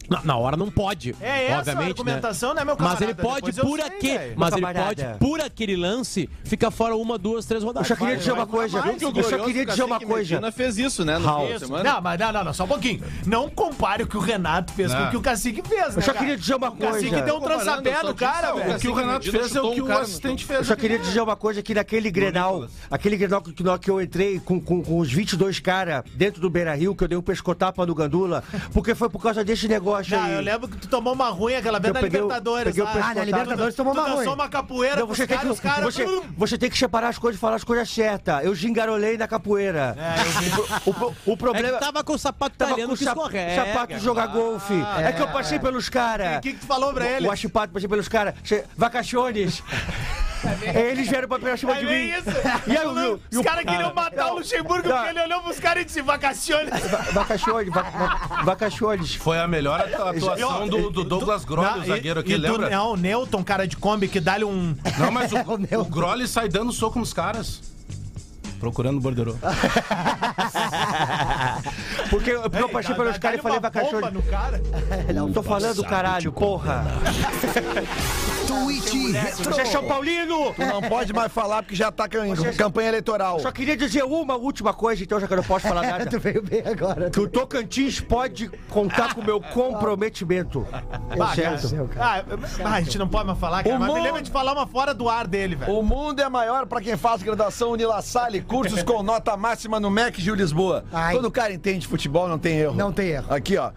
S3: Na, na hora não pode.
S4: É essa a
S3: obviamente,
S4: argumentação, né,
S3: né
S4: meu
S3: Mas
S4: camarada?
S3: ele pode
S4: Depois eu
S3: por
S4: sei,
S3: aqui,
S4: velho.
S3: mas
S4: Meu
S3: ele
S4: camarada.
S3: pode por aquele lance ficar fora uma, duas, três rodadas.
S9: Eu só queria dizer uma coisa.
S8: Viu que assim o
S9: Eu só queria
S8: glorioso
S9: dizer uma
S8: Cacique
S9: coisa.
S8: Medina fez isso, né? No fim de
S4: Isso.
S8: semana.
S4: Não, mas não, não, não, só um pouquinho. Não compare o que o Renato fez com
S8: Não.
S4: o que o Cacique fez, né?
S9: Eu só
S4: cara?
S9: queria dizer uma
S4: O Cacique
S9: coisa.
S4: deu um trançapé
S8: Comparando,
S4: no
S8: eu só
S4: cara,
S8: disse,
S4: velho.
S8: o que o Renato
S4: Medina
S8: fez é o
S4: chutou
S8: que
S4: um
S8: o
S4: cara no-
S8: assistente
S9: Eu só queria dizer uma coisa que naquele Grenal, aquele Grenal que, que- que eu entrei com, com, com os 22 caras dentro do Beira Rio, que eu dei um pescotapa no Gandula, porque foi por causa desse negócio
S4: Não,
S9: aí.
S4: eu lembro que tu tomou uma ruim aquela vez
S9: Eu
S4: na
S9: peguei o-
S4: Libertadores.
S9: peguei o
S4: lá.
S9: pescoço. Ah, na Libertadores
S4: Tu-
S9: tomou uma
S4: Tu
S9: ruim.
S4: dançou uma capoeira
S9: Não,
S4: com os
S9: você, tem
S4: caras,
S9: que,
S4: os caras... hum,
S9: você,
S4: brum.
S9: você tem que separar as coisas e falar as coisas certas. Eu gingarolei na capoeira. o, pro- o problema.
S3: É que tava com o sapato
S9: Tava
S3: italiano
S9: com
S3: que
S9: sap-
S3: escorrega.
S9: sapato de jogar golfe. É, que eu passei pelos caras.
S4: O que que tu falou pra eles?
S9: O achipato passei pelos caras. Che- Vacaciones. Eles vieram pra pegar cima
S4: É
S9: de
S4: bem
S9: mim.
S4: isso. Tá
S9: E aí, o meu- e
S4: Os
S9: o-
S4: caras queriam matar o Luxemburgo porque ele olhou pros caras e disse vacaciones.
S9: Vacaciones, va- va- vacaciones.
S5: Foi a melhor atua- atuação do, do Douglas Grohl,
S4: Não,
S5: o
S4: e-
S5: zagueiro
S4: e
S5: aqui,
S4: do-
S5: lembra?
S4: Não, o Newton, cara de Kombi, que dá-lhe um...
S5: Não, mas o, o Grolli sai dando soco nos caras. Procurando o borderô.
S9: Porque eu, porque eu passei pelos caras e falei
S4: Bomba
S9: vacaciones.
S4: no cara.
S9: Não tô falando, caralho, porra.
S2: Twitch Retro.
S9: Você é São Paulino!
S2: Tu não pode mais falar porque já tá cam-
S9: Você-
S2: campanha eleitoral.
S9: Só queria dizer uma última coisa, então, já que eu não posso falar nada. tu veio bem agora. Que o Tocantins pode contar com o meu comprometimento. É
S4: Bah, cara. Ah, mas a gente não pode mais falar, cara.
S2: O
S4: Mas me
S2: mundo-
S4: lembra de falar uma fora do ar dele, velho.
S2: O mundo é maior para quem faz graduação Unila Salle, cursos com nota máxima no MEC Gil Lisboa.
S9: Ai.
S2: Quando o cara entende futebol, não tem erro.
S9: Não tem erro.
S2: Aqui, ó.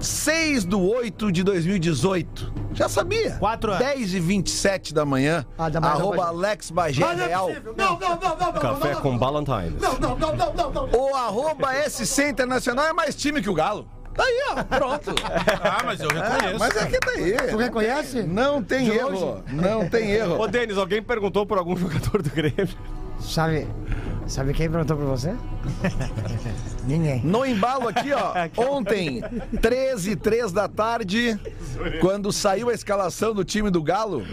S2: 6 do 8 de 2018. Já sabia.
S4: 4 anos.
S2: 10 e 27 da manhã.
S9: Ah, da manhã,
S2: arroba
S9: da manhã.
S2: Alex Bagé
S9: Ah, não é
S2: Real.
S9: possível. Não, não, não, não, não,
S6: Café
S9: não,
S6: com Valentine's.
S9: não, não, não, não, não, não, não.
S2: O arroba SC Internacional é mais time que o Galo. Tá aí, ó, pronto.
S5: Ah, mas eu reconheço.
S2: mas é que tá aí.
S9: Tu reconhece?
S2: Não tem
S9: De
S2: erro.
S9: longe?
S2: Não tem erro.
S6: Ô, Denis, alguém perguntou por algum jogador do Grêmio?
S9: Sabe, sabe quem perguntou pra você? Ninguém.
S2: No embalo aqui, ó, ontem, 13 e 3 da tarde, quando saiu a escalação do time do Galo,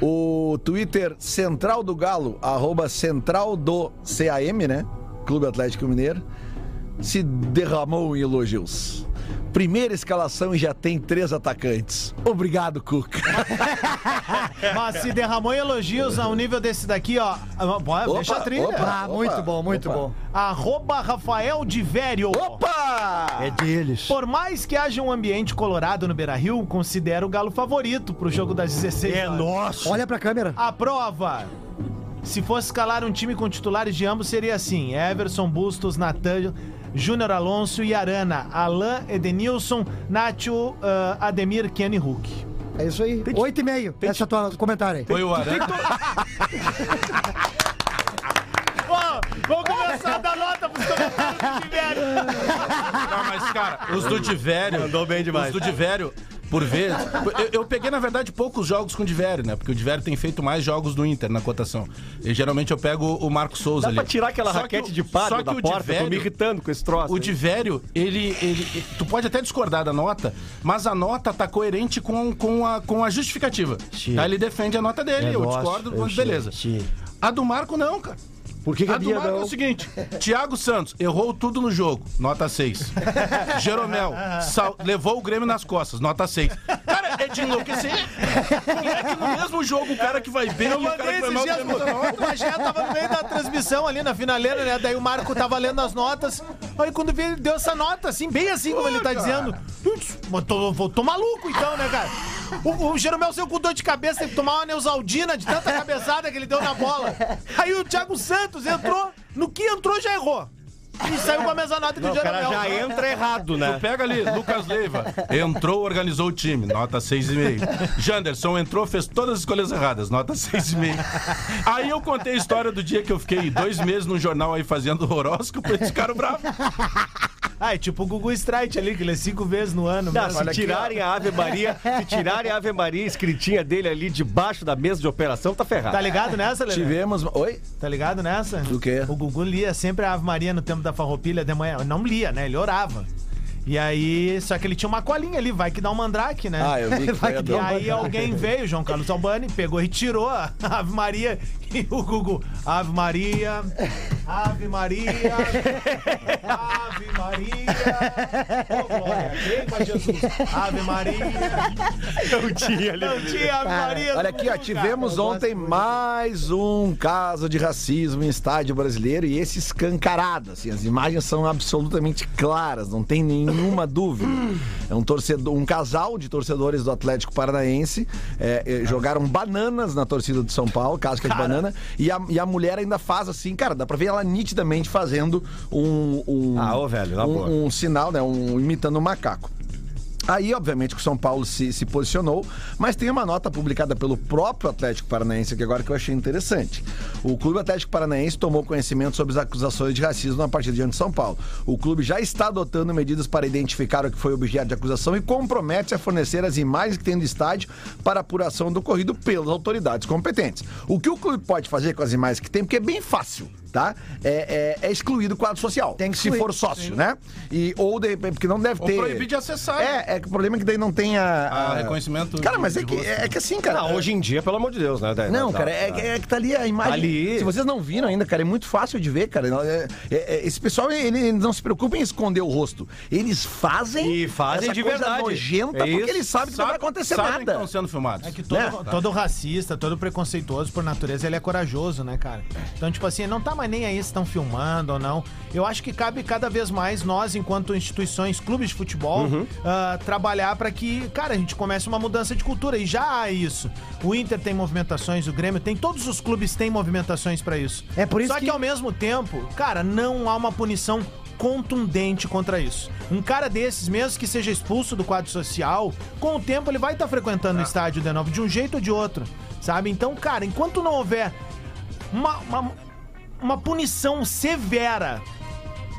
S2: o Twitter Central do Galo, arroba Central do CAM, né? Clube Atlético Mineiro, se derramou em elogios. Primeira escalação e já tem três atacantes. Obrigado, Cuca. É.
S4: Mas se derramou em elogios ao nível desse daqui, ó. Bora,
S2: Opa,
S4: deixa a trilha.
S2: opa, Ah, opa, muito bom, muito opa. bom.
S4: Arroba Rafael de Vério.
S2: Opa!
S9: É deles.
S4: Por mais que haja um ambiente colorado no Beira Rio, considero o galo favorito pro jogo das 16 É nosso.
S9: Olha pra câmera.
S4: A prova. Se fosse escalar um time com titulares de ambos, seria assim: Everson Bustos, Natan, Júnior Alonso e Arana, Alain, Edenilson, Nacho, ah, Ademir, Kenny Hulk.
S9: É isso aí. Oito e meio. Essa é a tua comentário aí.
S5: Foi o Arana.
S4: Ó, vamos começar a dar nota pros comentários que tiveram.
S5: Não, mas, cara, os do Divério. Mandou bem demais. Os do Divério, por vezes. Eu, eu peguei, na verdade, poucos jogos com o Divério, né? Porque o Divério tem feito mais jogos do Inter na cotação. E geralmente eu pego o Marco Souza
S6: Dá
S5: ali.
S6: pra tirar aquela
S5: Só
S6: raquete
S5: que o-
S6: de
S5: só que
S6: palha da
S5: o
S6: porta? Eu Tô
S5: Divério-
S6: me irritando com esse troço.
S5: O Divério, ele, ele- ele- Tu pode até discordar da nota, mas a nota tá coerente com, com, a, com a justificativa. Tá? Ele defende a nota dele, eu
S15: Negócio,
S5: discordo,
S15: eu
S5: mas beleza.
S15: sei, sei.
S5: A do Marco, não, cara.
S15: Por que que
S5: a
S15: a
S5: do
S15: minha
S5: Marco
S15: não?
S5: é o seguinte: Thiago Santos errou tudo no jogo, nota 6. Jeromel sal- levou o Grêmio nas costas, nota 6. Cara, é de enlouquecer. Como é que no mesmo jogo o cara que vai bem e
S4: Eu
S5: o cara
S4: mandei
S5: que vai
S4: esses
S5: mal
S4: dias
S5: tem a mesma nota?
S4: pro- O Bagé tava no meio da transmissão ali na finaleira, né? Daí o Marco tava lendo as notas. Aí quando vi, ele deu essa nota, assim, bem assim como ele tá dizendo. Eu disse, Mas tô, vou- tô maluco então, né, cara? O, o Jeromel saiu com dor de cabeça, teve que tomar uma neusaldina de tanta cabeçada que ele deu na bola. Aí o Thiago Santos entrou, no que entrou já errou. E saiu com a mesma nota que
S6: Não,
S4: o
S6: o cara
S4: Jeromel.
S6: já entra errado, né?
S5: Tu pega ali, Lucas Leiva. Entrou, organizou o time, nota 6,5. Janderson entrou, fez todas as escolhas erradas, nota 6,5. Aí eu contei a história do dia que eu fiquei dois meses num jornal aí fazendo horóscopo e eles ficaram bravos.
S4: Ah, é tipo o Gugu Strike ali, que ele é cinco vezes no ano.
S6: Não,
S4: mesmo.
S6: se
S4: Olha aqui, ó.
S6: tirarem a Ave Maria, se tirarem a Ave Maria escritinha dele ali debaixo da mesa de operação, tá ferrado.
S4: Tá ligado nessa, Lelê?
S2: Tivemos. Oi?
S4: Tá ligado nessa?
S2: Do quê?
S4: O Gugu lia sempre a Ave Maria no tempo da farroupilha de manhã. Não lia, né? Ele orava. E aí, só que ele tinha uma colinha ali, vai que dá um mandrake, né?
S2: Ah, eu vi que
S4: vai
S2: foi
S4: que
S2: a
S4: dá
S2: do-
S4: um aí alguém veio, João Carlos Albani, pegou e tirou a Ave Maria e o Gugu. Ave Maria, Ave Maria, Ave Maria. Ô, glória, creio Jesus. Ave Maria.
S6: Não tinha ali. Ah,
S4: Não tinha Ave Maria.
S2: Olha aqui, ó, tivemos ontem mais um caso de racismo em estádio brasileiro e esse escancarado, assim, as imagens são absolutamente claras, não tem nenhuma dúvida. É um torcedor, um casal de torcedores do Atlético Paranaense é, é, jogaram bananas na torcida de São Paulo, casca de banana, e a, e a mulher ainda faz assim, cara, dá pra ver ela nitidamente fazendo um, um-
S15: Ah, ô, velho, na
S2: um-
S15: boa.
S2: um sinal, né, um imitando um macaco. Aí, obviamente, que o São Paulo se, se posicionou, mas tem uma nota publicada pelo próprio Atlético Paranaense aqui agora que eu achei interessante. O Clube Atlético Paranaense tomou conhecimento sobre as acusações de racismo na partida diante de São Paulo. O clube já está adotando medidas para identificar o que foi objeto de acusação e compromete-se a fornecer as imagens que tem do estádio para apuração do ocorrido pelas autoridades competentes. O que o clube pode fazer com as imagens que tem, porque é bem fácil, tá? É, é- é excluir do quadro social. Tem que se
S9: excluir.
S2: for sócio, né? E, ou de repente, porque não deve
S5: Ou
S2: ter.
S5: proibir de acessar, né?
S2: É, é que o problema é que daí não tem a.
S5: Ah,
S2: a-
S5: reconhecimento
S2: Cara,
S5: de-
S2: mas é
S5: de
S2: que,
S5: rosto.
S2: é que assim, cara.
S6: Não, hoje em dia, pelo amor de Deus, né?
S2: Não, cara, é, é que tá ali a imagem.
S6: Ali.
S2: Se vocês não viram ainda, cara, é muito fácil de ver, cara. É- é- é- esse pessoal, ele, ele não se preocupa em esconder o rosto. Eles fazem.
S6: E fazem
S2: essa
S6: de
S2: coisa
S6: verdade.
S2: nojenta,
S6: É
S2: porque
S6: isso.
S2: eles sabem que não vai acontecer
S5: sabem que
S2: nada.
S5: estão então, sendo filmados.
S4: É que todo,
S2: Né?
S4: todo racista, todo preconceituoso por natureza, ele é corajoso, né, cara? Então, tipo assim, não tá mais nem aí se estão filmando ou não. Eu acho que cabe cada vez mais nós, enquanto instituições, clubes de futebol, ah, trabalhar pra que, cara, a gente comece uma mudança de cultura. E já há isso. O Inter tem movimentações, o Grêmio tem, todos os clubes têm movimentações pra isso.
S9: É por isso
S4: Só que...
S9: que-
S4: ao mesmo tempo, cara, não há uma punição contundente contra isso. Um cara desses, mesmo que seja expulso do quadro social, com o tempo ele vai estar frequentando o estádio de novo, de um jeito ou de outro, sabe? Então, cara, enquanto não houver uma, uma, uma punição severa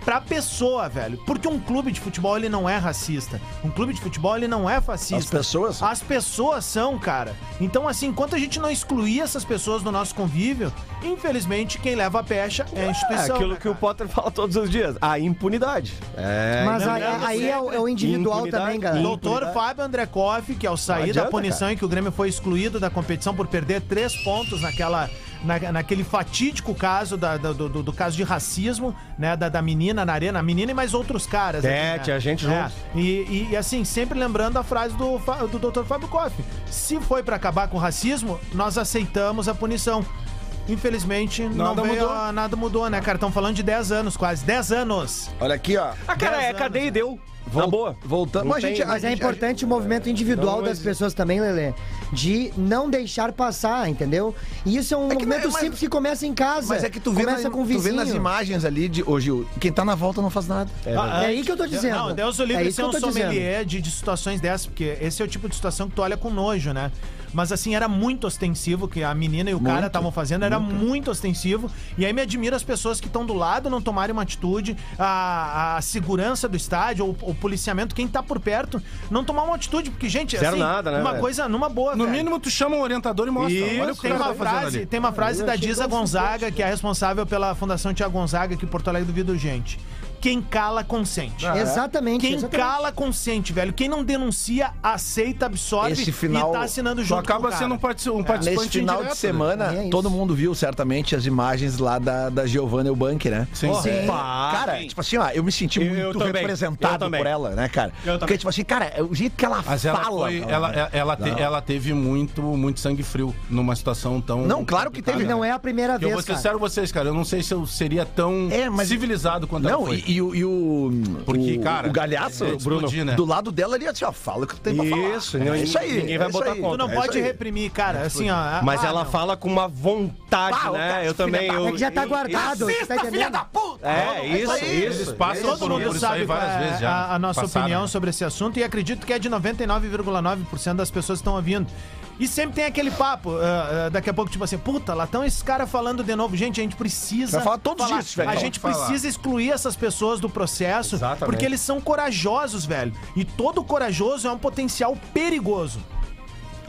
S4: pra pessoa, velho. Porque um clube de futebol, ele não é racista. Um clube de futebol, ele não é fascista.
S2: As pessoas
S4: As pessoas são, cara. Então, assim, enquanto a gente não excluir essas pessoas do nosso convívio, infelizmente, quem leva a pecha é a
S15: É
S4: instituição.
S15: aquilo
S4: né,
S15: que o Potter fala todos os dias, a impunidade. É,
S9: Mas
S15: não,
S9: aí-
S15: não,
S9: aí
S15: você-
S9: é o- é o individual
S15: Impunidade,
S9: também, galera.
S4: Doutor
S15: impunidade.
S4: Fábio Andrekoff, que ao
S15: Não
S4: sair da
S15: adianta,
S4: punição
S15: cara.
S4: em que o Grêmio foi excluído da competição por perder três pontos naquela, na- naquele fatídico caso da- da- do, do- do caso de racismo, né? Da, da menina na arena, a menina e mais outros caras. né?
S6: É, tinha gente junto.
S4: E, e- e, assim, sempre lembrando a frase do, Fa- do Dr. Fábio Koff: se foi pra acabar com o racismo, nós aceitamos a punição. Infelizmente,
S5: Nada
S4: não veio
S5: mudou.
S4: a- nada mudou, né, cara? Estão falando de 10 anos, quase. 10 anos.
S2: Olha aqui, ó.
S15: Ah, cara, é cadeia e deu.
S2: Vol-
S15: Na boa.
S2: Voltando.
S9: Mas, gente, mas é importante o movimento individual
S2: Não
S9: das
S2: existe.
S9: pessoas também, Lelê. De não deixar passar, entendeu? E isso é um movimento
S2: é- mas-
S9: simples que começa em casa.
S2: Mas é que tu vê,
S9: começa
S2: nas-
S9: com o
S2: tu vê
S9: vizinho.
S2: nas imagens ali de hoje, quem tá na volta não faz nada.
S9: É Ah, é aí que eu tô dizendo.
S4: Não, Deus o
S9: É
S4: livre
S9: isso
S4: ser
S9: que
S4: um
S9: eu tô dizendo.
S4: sommelier de, de situações dessas, porque esse é o tipo de situação que tu olha com nojo, né? Mas assim, era muito ostensivo o que a menina e o cara estavam fazendo, era muito ostensivo. E aí me admira as pessoas que estão do lado não tomarem uma atitude, a, a segurança do estádio, o, o policiamento, quem tá por perto, não tomar uma atitude, porque, gente,
S6: Fizeram
S4: assim,
S6: nada, né,
S4: uma
S6: velho?
S4: coisa numa boa.
S5: No
S4: velho.
S5: mínimo, tu chama um orientador e mostra.
S4: Isso,
S5: Olha o que
S4: tem,
S5: o cara
S4: uma
S5: tá fazendo
S4: frase,
S5: ali.
S4: tem uma frase da Disa Gonzaga, que é a responsável pela Fundação Tia Gonzaga aqui em Porto Alegre do Vido Gente. Quem cala, consente.
S9: Ah, é? Exatamente,
S4: Quem
S9: exatamente.
S4: cala, consente, velho. Quem não denuncia, aceita, absorve
S2: Esse final-
S4: e tá assinando
S5: Tu
S4: junto com o
S5: acaba
S4: cara.
S5: sendo um, partici-
S6: Ah,
S5: um participante
S2: Nesse final
S5: indireto,
S2: de semana,
S5: né?
S2: todo mundo viu certamente as imagens lá da, da Giovanna Eubank, né?
S5: Sim. Sim.
S2: É. Cara,
S5: Sim.
S2: tipo assim, ó, eu me senti
S6: Eu
S2: muito
S6: também, eu
S2: representado
S6: também.
S2: por ela, né, cara?
S6: Eu também.
S2: Porque, tipo assim, cara, é o jeito que ela
S5: Mas
S2: fala.
S5: ela, foi-
S2: cara.
S5: ela, é- ela, ela, te-
S2: Não.
S5: ela teve muito, muito sangue frio numa situação tão.
S2: Não, claro que teve,
S5: é complicada,
S9: Não
S5: né?
S9: é a primeira
S5: Eu
S9: vez,
S5: vou ser
S9: cara.
S5: sério com vocês, cara. Eu não sei se eu seria tão
S2: É, mas-
S5: civilizado quanto ela
S2: Não,
S5: foi.
S2: e, e o, e o.
S5: Porque,
S2: o-
S5: cara,
S2: O galhaço,
S5: é de
S2: Bruno,
S5: explodir, né?
S2: do lado dela ali, assim, ó, fala o que tem pra falar.
S6: Isso,
S2: é isso aí.
S6: ninguém vai
S2: é isso
S6: botar
S2: aí.
S6: contra.
S4: Tu não
S6: É
S4: pode
S2: isso aí.
S4: reprimir, cara. Assim, ó.
S6: Mas
S4: ah,
S6: ela
S4: não.
S6: fala com uma vontade,
S2: Ah, o cara,
S6: né? Eu
S2: filha
S6: também.
S2: da-
S6: eu-
S9: É que já tá
S6: eu-
S9: guardado, você tá entendendo?
S2: puta!
S6: É, isso, isso.
S5: Eles passam
S4: Todo
S5: por,
S4: mundo
S5: por isso
S4: sabe
S5: aí várias
S4: qual é
S5: vezes já.
S4: A, a nossa
S5: Passaram,
S4: opinião
S5: né?
S4: sobre esse assunto e acredito que é de 99,9% das pessoas que estão ouvindo. E sempre tem aquele papo, ah, ah, daqui a pouco, tipo assim, puta, lá estão esses caras falando de novo. Gente, a gente precisa.
S2: Vai falar todos os dias, velho.
S4: A
S2: Vamos
S4: gente
S5: falar.
S4: precisa excluir essas pessoas do processo,
S6: Exatamente.
S4: porque eles são corajosos, velho. E todo corajoso é um potencial perigoso.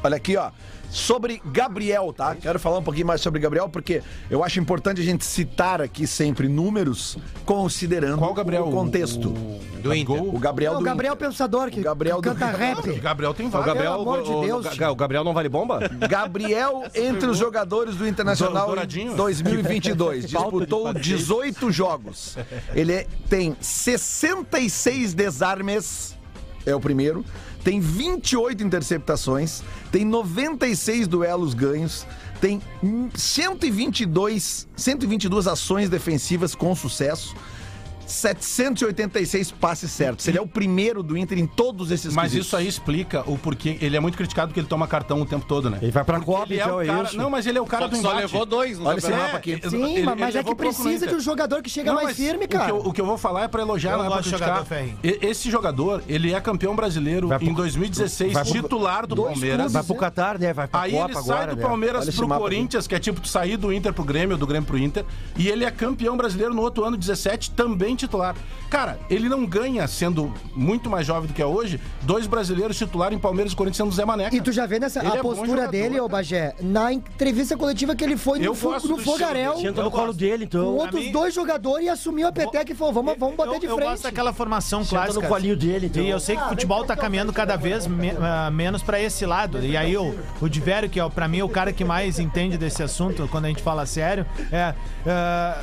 S2: Olha aqui, ó. Sobre Gabriel, tá? Quero falar um pouquinho mais sobre Gabriel, porque eu acho importante a gente citar aqui sempre números, considerando
S5: Qual Gabriel?
S2: o contexto.
S3: Do Inter.
S2: O, Gabriel
S9: Não, É o
S2: do
S9: Gabriel
S2: Inter.
S9: Pensador, que
S2: O Gabriel do
S9: canta
S2: Inter.
S9: rap.
S5: O Gabriel tem
S6: O
S5: vários.
S6: Gabriel,
S9: Pelo amor de
S6: o- o-
S9: Deus,
S6: Ga-
S9: tio.
S6: o Gabriel não vale bomba?
S2: Gabriel entre os jogadores do Internacional em
S5: Douradinho.
S2: 2022 disputou 18 jogos. Ele tem 66 desarmes, é o primeiro. Tem 28 interceptações, tem 96 duelos ganhos, tem 122, 122 ações defensivas com sucesso. 786 passes certos. Ele é o primeiro do Inter em todos esses
S5: Mas
S2: quesitos.
S5: isso aí explica o porquê. Ele é muito criticado porque ele toma cartão o tempo todo, né?
S15: Ele vai pra Copa,
S5: Ele é
S15: então
S5: o
S15: é
S5: cara.
S15: isso.
S5: Não, mas ele é o cara
S8: Só
S5: do
S8: que só
S5: embate.
S8: levou dois no
S2: Olha esse
S8: campeonato.
S2: mapa aqui.
S9: Sim,
S5: Ele-
S9: mas
S5: ele
S9: é que
S5: levou pouco no
S9: precisa
S5: Inter.
S9: de um jogador que chega
S5: Não,
S9: mais
S5: mas
S9: firme,
S5: o que
S9: cara.
S5: eu- O que, eu, vou falar é pra elogiar,
S4: Eu
S5: não é pra
S4: gosto de jogador,
S5: criticar.
S4: Ferri.
S5: E- Esse jogador, ele é campeão brasileiro
S15: Vai pro-
S5: em 2016,
S15: vai pro-
S5: titular do
S15: Dois
S5: Palmeiras.
S15: Vai pro Catar, né? Vai pra
S5: Aí
S15: Copa
S5: ele sai
S15: agora,
S5: do
S15: né?
S5: Palmeiras
S2: Olha esse
S5: pro
S2: mapa aqui.
S5: Corinthians, que é tipo tu sair do Inter pro Grêmio, do Grêmio pro Inter, e ele é campeão brasileiro no outro ano, 17, também titular. Cara, ele não ganha, sendo muito mais jovem do que é hoje, dois brasileiros titular em Palmeiras e Corinthians sendo Zé Mané.
S9: E tu já vê nessa
S5: Ele
S9: a
S5: é bom
S9: postura
S5: jogador,
S9: dele, ô
S5: cara.
S9: Bagé, na entrevista coletiva que ele foi no,
S5: Eu
S9: fu-
S5: gosto
S9: no
S5: do
S9: Fogarel.
S5: estilo
S15: Senta no
S4: Eu
S15: colo
S4: gosto.
S15: dele,
S9: Com
S15: então.
S9: outros
S4: mim-
S9: dois jogadores e assumiu a peteca e falou: vamos, vamos bater
S4: eu,
S9: de
S4: eu
S9: frente.
S4: gosto daquela formação
S15: Senta
S4: clássica.
S15: no colinho dele, então.
S4: E eu sei que
S9: Ah,
S4: o
S9: vem
S4: futebol
S9: cá,
S4: tá
S9: então,
S4: caminhando
S9: vai,
S4: cada
S9: vai,
S4: vez
S9: vai,
S4: me-
S9: vai.
S4: ah, menos pra esse lado. E aí o, o Diverio, que é para mim o cara que mais entende desse assunto quando a gente fala sério, é. ah,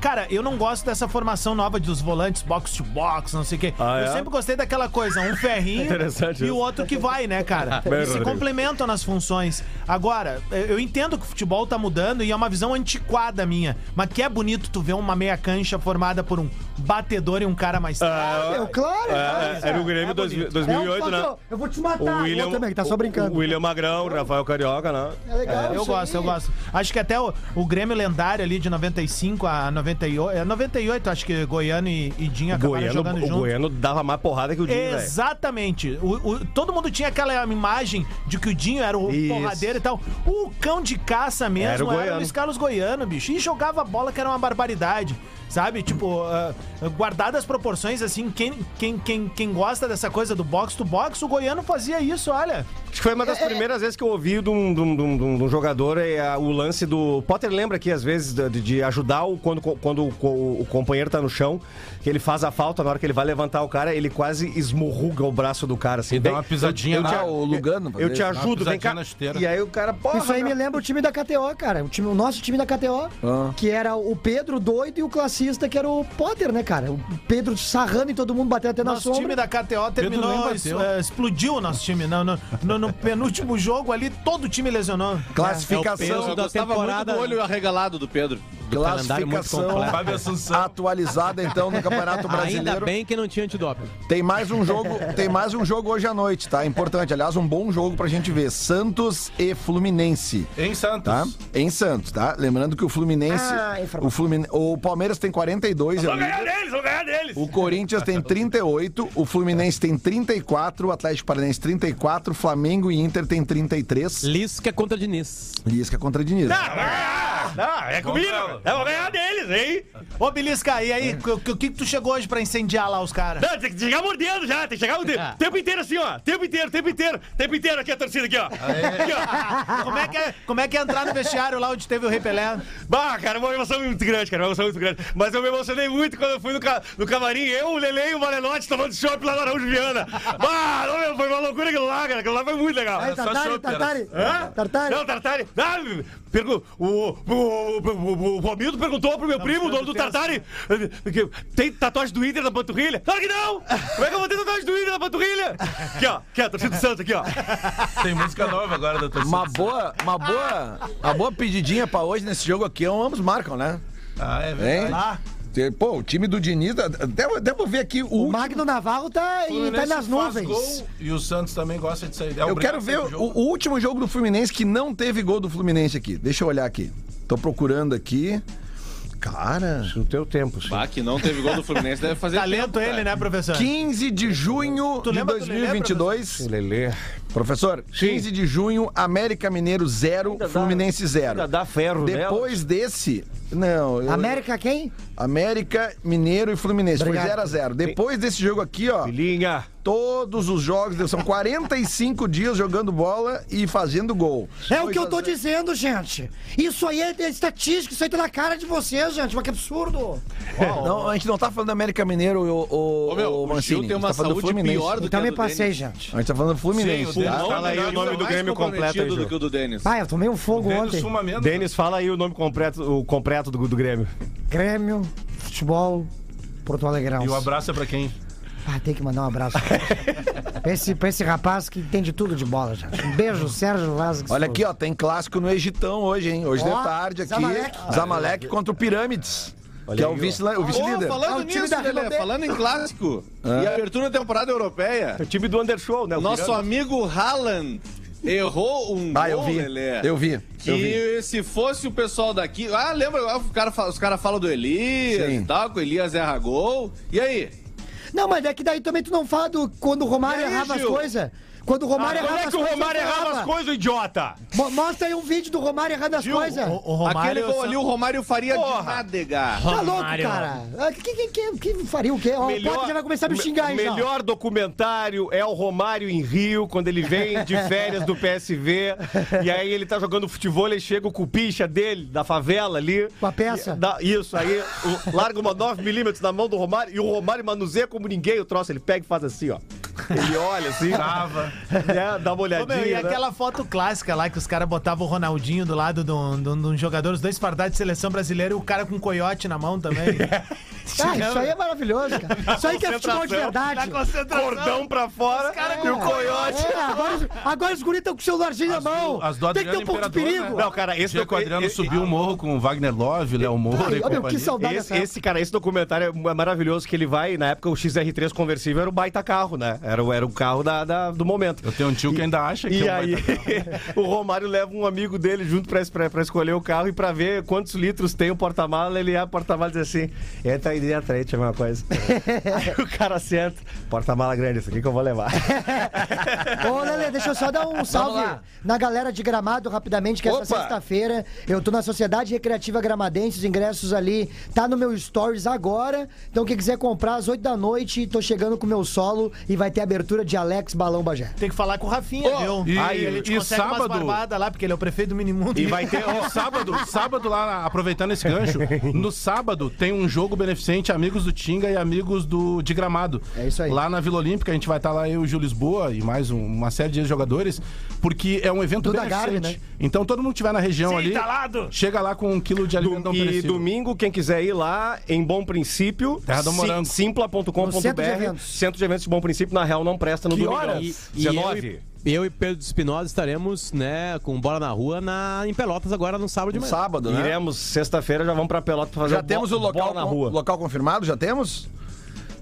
S4: Cara, eu não gosto dessa formação nova dos volantes box to box, não sei o quê.
S15: Ah,
S4: eu
S15: é?
S4: sempre gostei daquela coisa, um ferrinho
S15: Interessante
S4: e
S15: isso.
S4: o outro que vai, né, cara?
S15: Bem,
S4: Eles se
S15: Rodrigo.
S4: complementam nas funções. Agora, eu eu entendo que o futebol tá mudando e é uma visão antiquada minha, mas que é bonito tu ver uma meia cancha formada por um batedor e um cara mais
S9: Ah, meu, claro,
S6: É,
S9: claro.
S6: era o Grêmio dois-
S4: bonito.
S6: 2008,
S9: É um
S6: né?
S9: fator. Eu vou te matar. eu também, que tá só brincando.
S6: o William Magrão, o Rafael Carioca, né?
S9: É legal,
S4: Eu
S9: isso aí.
S4: gosto, eu gosto. Acho que até o, o Grêmio lendário ali de 95 a 98. É 98, acho que Goiano e, e Dinho acabaram
S6: Goiano,
S4: jogando
S6: o
S4: junto.
S6: Goiano dava mais porrada que o Dinho, velho.
S4: Exatamente. O- o- todo mundo tinha aquela imagem de que o Dinho era o
S6: Isso.
S4: porradeiro e tal. O cão de caça mesmo
S6: Era
S4: era
S6: o
S4: o,
S6: goiano.
S4: Luiz Carlos Goiano, bicho. E jogava bola que era uma barbaridade. Sabe? Tipo, ah, guardadas as proporções, assim, quem, quem, quem, quem gosta dessa coisa do box to box, o Goiano fazia isso, olha.
S6: Acho que foi uma das primeiras vezes que eu ouvi de um, de um- de um- de um- de um jogador é, a- o lance do. Potter lembra aqui, às vezes, de, de ajudar o, quando, quando o, co- o companheiro tá no chão, que ele faz a falta, na hora que ele vai levantar o cara, ele quase esmurruga o braço do cara. Assim,
S5: E dá
S6: "Vem,
S5: uma pisadinha
S6: eu, eu te,
S5: na-
S6: a-
S5: o Lugano,
S6: Eu te
S5: dá uma
S6: ajudo,
S5: pisadinha
S6: vem cá.
S5: na esteira.
S6: E aí o cara, porra.
S9: Isso aí me lembra o time da KTO, cara. O, time, o nosso time da KTO,
S6: Ah.
S9: que era o Pedro doido e o classista, que era o Potter, né, cara? O Pedro sarrando e todo mundo batendo até na
S4: Nosso
S9: sombra.
S4: time da KTO
S9: nem
S4: terminou,
S9: bateu.
S4: isso, é, explodiu o nosso time. No, no, no- no penúltimo jogo ali, todo o time lesionou.
S8: É o Pedro, eu gostava muito do olho arregalado do Pedro. Do calendário muito
S2: Classificação
S8: completo.
S2: atualizada então no Campeonato Brasileiro.
S3: Ainda bem que não tinha antidoping.
S2: Tem mais um jogo, tem mais um jogo hoje à noite, tá? Importante, aliás, um bom jogo pra gente ver. Santos e Fluminense.
S5: Em Santos.
S2: Tá? Em Santos, tá? Lembrando que o Fluminense,
S5: Ah, informação.
S2: o Flumin- o Palmeiras tem 42, é o líder.
S6: deles, vou ganhar deles.
S2: O Corinthians tem 38, o Fluminense tem 34, o Atlético Paranaense 34, Flamengo e Inter tem 33.
S3: Lisca contra Diniz.
S2: Lisca é contra Diniz.
S6: Não, é comigo. Eu vou ganhar deles, hein?
S4: Ô, Belisca, e aí, o que, que tu chegou hoje pra incendiar lá os caras?
S6: Não, tem que chegar mordendo já, tem que chegar o tempo,
S5: Ah.
S6: tempo inteiro assim, ó. Tempo inteiro, tempo inteiro, tempo inteiro aqui a torcida aqui, ó. Aqui, ó.
S4: Como é, que é, como é que é entrar no vestiário lá onde teve o Rei Pelé?
S6: Bah, cara, uma emoção muito grande, cara, uma emoção muito grande. Mas eu me emocionei muito quando eu fui no, ca- no camarim, eu, o Lele e o Valelote tomando chopp lá na Araújo Viana. Bah, não, foi uma loucura aquilo lá, cara, aquilo lá foi muito legal.
S9: Aí,
S6: Só
S9: Tartari,
S5: é
S6: chopp, era-
S9: Tartari,
S6: Hã?
S9: Tartari.
S6: Não, Tartari. Ah, pergu- o, o, o, o, o Romildo perguntou pro meu primo, o dono do Tartari, que tem tatuagem do Inter na panturrilha? Claro que não! Como é que eu vou ter tatuagem do Inter na panturrilha? Aqui, ó, aqui, ó, torcida do Santos, aqui, ó.
S5: Tem música nova agora da torcida.
S2: Uma boa, uma boa, uma boa pedidinha pra hoje nesse jogo aqui, é um ambos marcam, né?
S5: Ah, é
S2: Hein? Te- Pô, o time do Diniz, até, até vou ver aqui o,
S9: O Magno Navarro tá, e tá
S5: Fluminense
S9: nas
S5: faz
S9: nuvens.
S5: gol e o Santos também gosta de sair. É
S2: Eu
S5: obrigado
S2: quero
S5: a
S2: ver
S5: sair do
S2: o,
S5: jogo.
S2: o último jogo do Fluminense que não teve gol do Fluminense aqui. Deixa eu olhar aqui. Tô procurando aqui. Cara.
S6: No teu tempo,
S8: Ah, que não teve gol do Fluminense, deve fazer
S4: Talento
S8: tempo,
S4: ele,
S8: cara.
S4: né, professor?
S2: 15 de junho
S4: Tu
S2: de
S4: lembra do Lelê,
S2: 2022.
S6: Lelê.
S2: Professor, 15 de junho, América Mineiro 0,
S6: Ainda dá-
S2: Fluminense 0.
S6: ainda dá ferro
S2: Depois desse. Não. eu-
S9: América quem?
S2: América, Mineiro e Fluminense.
S9: Obrigado.
S2: Foi 0x0. Depois desse jogo aqui, ó.
S6: Filhinha.
S2: Todos os jogos, são 45 dias jogando bola e fazendo gol.
S9: É o que eu tô dizendo, gente. Isso aí é, é estatística, isso aí tá na cara de vocês, gente. Mas que absurdo.
S2: Não, a gente não tá falando do América Mineiro, o, o,
S8: Ô, meu,
S2: o
S8: o Gil
S2: Mancini.
S8: tem
S2: a gente
S8: uma
S2: tá falando do
S8: saúde
S2: Fluminense.
S8: pior do que
S9: Então
S8: a
S9: me
S8: do
S9: passei,
S8: Denis.
S9: gente.
S2: A gente tá falando do Fluminense,
S8: Sim, o
S2: tá?
S8: Denis
S6: Fala aí o
S8: melhor,
S6: nome do
S8: mais
S6: Grêmio completo aí,
S8: comprometido
S6: Ju.
S8: do que o do Denis.
S9: Pai, eu tomei um fogo ontem.
S6: Denis, fala aí o nome completo, o completo do, do Grêmio.
S9: Grêmio, futebol, Porto Alegrão.
S5: E o abraço é pra quem?
S9: Ah, tem que mandar um abraço pra esse, pra esse rapaz que entende tudo de bola, gente. Um beijo, Sérgio Vasquez.
S2: Olha aqui, ó, tem clássico no Egitão hoje, hein? Hoje de
S9: Ó,
S2: tarde aqui.
S9: Zamalek.
S2: Zamalek contra o Pirâmides. que é o vice-líder. O vice
S8: Ô, falando nisso, Lelê, falando em clássico e abertura da temporada europeia,
S6: O time do Undershow, né? O
S8: nosso
S6: Pirâmide.
S8: amigo Haaland errou um
S2: Ah, eu
S8: gol,
S2: vi.
S8: Lelê.
S2: Eu vi.
S8: Que
S2: Eu vi.
S8: se fosse o pessoal daqui. Ah, lembra? ah, o cara fala- os caras falam do Elias
S2: Sim.
S8: e tal, que o Elias erra gol. E aí?
S9: Não, mas é que daí também tu não fala do, quando o Romário
S8: E aí,
S9: errava as
S8: Gil?
S9: coisas. Quando o Romário
S6: Como
S9: errava
S6: é
S9: as
S6: que o
S9: coisas.
S6: Romário
S9: eu
S6: errava as
S9: falava.
S6: coisas, idiota?
S9: Mo- Mostra aí um vídeo do Romário errando as coisas.
S4: o Romário-
S8: Aquele gol ali, o Romário faria
S6: Porra.
S8: de nádega.
S9: Tá louco, cara. Ah, Que, que, que, que faria o quê? Ó, o Potter já vai começar a me xingar aí, Ah,
S6: me-
S9: já.
S6: melhor documentário é o Romário em Rio, quando ele vem de férias do PSV. e aí ele tá jogando futebol, ele chega o cupicha dele, da favela ali.
S9: Com a peça.
S6: E dá- isso, aí o- larga uma 9mm na mão do Romário e o Romário manuseia como ninguém o troço. Ele pega e faz assim, ó. Ele olha assim.
S5: Trava.
S6: né, dá uma olhadinha.
S4: Ô, meu, e
S6: né?
S4: aquela foto clássica lá que os caras botavam o Ronaldinho do lado de um, de um- de um jogador, os dois fardados de seleção brasileira e o cara com um coiote na mão também.
S9: Ah, isso aí é maravilhoso, cara. Isso aí que é futebol de
S4: Na
S9: verdade.
S4: concentração.
S6: Cordão pra fora
S4: cara
S6: e o coiote.
S9: É, agora, os- agora os guris estão com o celularzinho na mão.
S5: As do
S9: Tem que ter
S5: Adriano
S9: um pouco de
S5: Imperador,
S9: perigo.
S5: né?
S6: Não, cara, esse
S5: Dia que o
S6: docu-
S5: Adriano
S6: esse-
S5: subiu o morro com o Wagner Love, Léo Moura e
S9: Ai, ó, meu, que
S5: companhia.
S9: saudade dessa
S6: Esse, esse, cara, esse documentário é maravilhoso que ele vai, na época o XR3 conversível era o baita carro, né? É, Era, o- era o carro da, da- do momento. Eu
S5: tenho um tio que ainda acha que
S6: E
S5: é um
S6: aí, o Romário leva um amigo dele junto pra, es- pra, pra escolher o carro e pra ver quantos litros tem o porta-mala. Ele abre o porta-mala e diz assim: entra aí dentro aí, tinha alguma coisa. aí o cara senta, porta-mala grande, isso aqui que eu vou levar.
S9: Ô, Lele, deixa eu só dar um salve
S6: lá.
S9: na galera de Gramado rapidamente, que
S6: Opa!
S9: essa sexta-feira eu tô na Sociedade Recreativa Gramadense, os ingressos ali tá no meu stories agora. Então quem quiser comprar às 8 da noite, tô chegando com o meu solo e vai ter abertura de Alex Balão Bagé.
S4: Tem que falar com o Rafinha,
S5: Ô,
S4: viu?
S5: e-
S4: Aí ele te
S5: e
S4: consegue umas
S5: sábado-
S4: barbadas lá, porque ele é o prefeito do minimundo.
S5: E vai ter ó, sábado, sábado lá, aproveitando esse gancho, no sábado tem um jogo beneficente Amigos do Tinga e Amigos do de Gramado. É isso aí. Lá na Vila Olímpica, a gente vai estar lá eu, o Gil Lisboa e mais um- uma série de jogadores, porque é um evento
S9: Duda
S5: beneficente.
S9: Garbi, né?
S5: Então todo mundo que tiver na região
S6: Sim,
S5: ali,
S6: tá lado.
S5: chega lá com um quilo
S3: Tá
S5: de alimento não
S6: e
S5: perecível.
S6: domingo, quem quiser ir lá, em Bom Princípio,
S5: Terra do
S6: si-
S5: Morango.
S6: simpla.com.br,
S5: No centro de eventos.
S6: centro de eventos de Bom Princípio, na real não presta no
S3: Que
S6: domingo.
S3: horas? E- e eu
S6: 19.
S3: e- Eu e Pedro Espinosa estaremos, né, com bola na rua na, em Pelotas agora no sábado de manhã.
S2: né?
S6: Iremos sexta-feira, já vamos pra Pelota pra fazer
S3: Né?
S8: um
S3: Já temos o local
S6: bola na
S3: con-
S6: rua.
S2: Local confirmado? Já temos?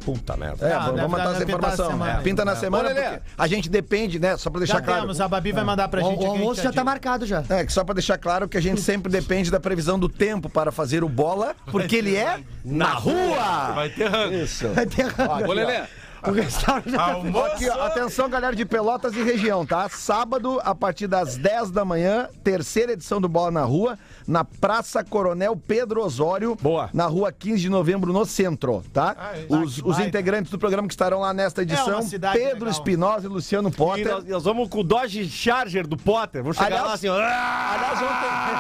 S6: Puta merda.
S2: É, vamos mandar essa informação. É, Pinta na semana, porque a gente depende, né? Só pra deixar
S4: Já
S2: claro.
S4: temos, a Babi vai mandar pra
S2: O-
S4: gente aqui,
S2: O almoço
S4: a gente
S2: já
S4: já
S2: tá
S9: marcado já.
S2: É, que só pra deixar claro que a gente sempre depende da previsão do tempo para fazer o bola, porque ele é na rua!
S5: Vai ter rango.
S2: Isso.
S9: Vai ter rango.
S2: Aqui,
S9: Ô, Lelê.
S2: ó. O restaurante já tá-
S5: Almoço!
S2: Aqui, ó, atenção, galera de Pelotas e região, tá? Sábado, a partir das 10 da manhã, terceira edição do Bola na Rua, na Praça Coronel Pedro Osório. Boa. Na rua 15 de novembro, no centro, tá? os os integrantes do programa que estarão lá nesta edição,
S6: cidade
S2: Pedro
S6: legal.
S2: Espinosa e Luciano
S6: E
S3: É,
S2: Potter.
S6: nós, nós vamos com o Dodge Charger do Potter. Vamos chegar lá assim, ó.
S2: aliás,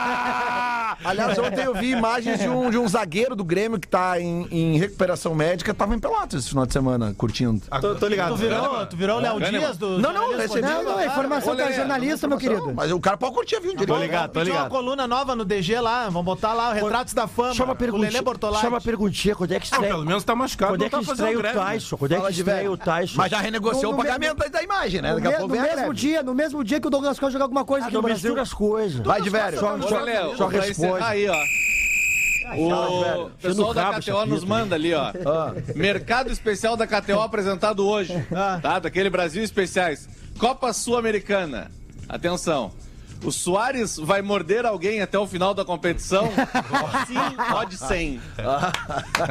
S2: ontem, aliás, ontem eu vi imagens de um, de um zagueiro do Grêmio que tá em, em recuperação médica, tava em Pelotas esse final de semana, curtindo.
S6: Tô, tô ligado.
S4: Tu virou, tu virou o Léo
S2: Kahneman.
S4: Dias do.
S2: Não, não, recebi.
S9: Não, não, é informação
S2: né? Olha,
S9: da jornalista, meu querido.
S2: Mas o cara pode curtir a viu
S4: Tá
S2: direito.
S4: Pediu uma coluna nova no DG lá, vamos botar lá, Retratos da Fama.
S16: Chama a
S4: O Lelê
S16: perguntinha.
S4: Bortolatti.
S16: Chama a perguntinha, quando é que estreia?
S5: pelo menos tá machucado,
S16: Quando
S5: não
S16: é que
S5: tá fazendo
S16: estreia o
S5: greve, né?
S16: Tyson? Quando é que
S5: Fala de
S16: estreia
S5: velho.
S16: o Tyson?
S2: Mas já renegociou
S16: No-
S2: o
S16: no
S2: pagamento da- da imagem, né?
S16: No,
S2: Daqui a
S16: me-
S2: pouco
S16: no
S2: vem a
S16: mesmo
S2: greve.
S16: dia, no mesmo dia que o Douglas Costa jogar alguma coisa Ah, aqui no não Brasil. mistura as coisas. Vai, de velho. Só, só,
S8: Ô, Léo,
S16: só
S8: pra
S16: responde.
S8: encerrar Aí, ó. O pessoal da KTO nos manda ali, ó. Mercado especial da KTO apresentado hoje. Tá? Daquele Brasil Especiais. Copa Sul-Americana. Atenção. O Soares vai morder alguém até o final da competição? Sim, pode sim.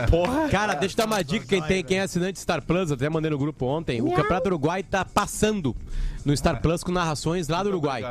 S3: Porra. Cara, deixa eu dar uma dica. Quem, tem, quem é assinante Star Plus, até mandei no grupo ontem. O Campeonato Uruguai tá passando no Star Plus com narrações lá do Uruguai.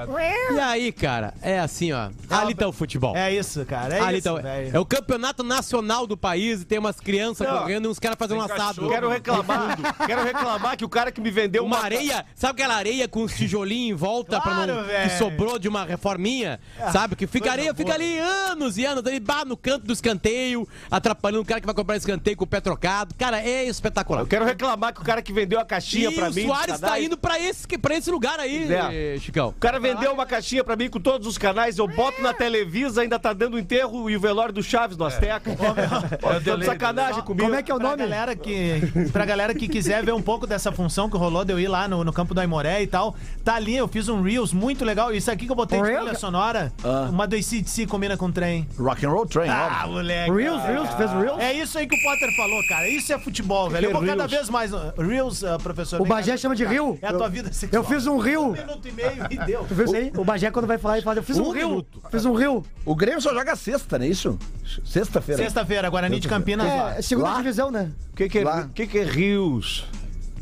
S3: E aí, cara, é assim, ó. Ali tá o futebol.
S4: É isso, cara. É
S3: Ali
S4: isso.
S3: tá,
S4: velho.
S3: é o campeonato nacional do país e tem umas crianças
S6: Não.
S3: correndo e uns caras fazendo um
S6: Tem
S3: assado.
S6: cachorro. Quero reclamar, quero reclamar que o cara que me vendeu
S3: uma
S6: uma-
S3: areia, sabe aquela areia com os tijolinhos em volta pra não,
S6: Claro,
S3: que
S6: velho.
S3: sobrou de uma reforminha, sabe? Que fica areia, fica ali anos e anos, ali bah, no canto do escanteio, atrapalhando o cara que vai comprar escanteio com o pé trocado. Cara, é espetacular. Eu
S6: quero reclamar que o cara que vendeu a caixinha pra mim.
S3: o Soares tá
S6: cadastro-
S3: indo pra esse, que- pra esse lugar aí,
S6: É.
S3: Chicão.
S6: O cara vendeu uma caixinha pra mim com todos os canais, eu boto na Televisa, ainda tá dando o enterro e o velório do Chaves no
S4: É.
S6: Azteca. Tá de sacanagem comigo.
S4: Como é que é o nome? Pra galera que, pra galera que quiser ver um pouco dessa função que rolou de eu ir lá no, no campo do Aimoré e tal, tá ali, eu fiz um Reels muito legal. Isso aqui que eu botei de
S9: Reels?
S4: trilha sonora,
S2: Ah.
S4: uma do ICDC combina com trem.
S2: Rock and Roll Train,
S4: Ah,
S2: óbvio.
S4: moleque.
S2: Reels,
S4: cara.
S2: Reels, tu
S9: um
S2: fez Reels?
S4: É isso aí que o Potter falou, cara. Isso é futebol, velho. Eu vou cada vez mais. Reels, ah, professor.
S9: O
S4: vem cá,
S9: Bagé chama de
S4: cara.
S9: Rio.
S4: É a tua vida sexual.
S9: Eu fiz um rio.
S4: minuto e meio e deu.
S9: Tu viu isso aí? O Bagé, quando vai falar, ele fala: Eu fiz um, rio. Fiz um rio.
S2: O Grêmio só joga sexta, não é isso? Sexta-feira.
S4: Sexta-feira, Guarani de Campinas.
S9: É, segunda
S2: Lá?
S9: divisão, né?
S6: O que, que, é, que, que é rios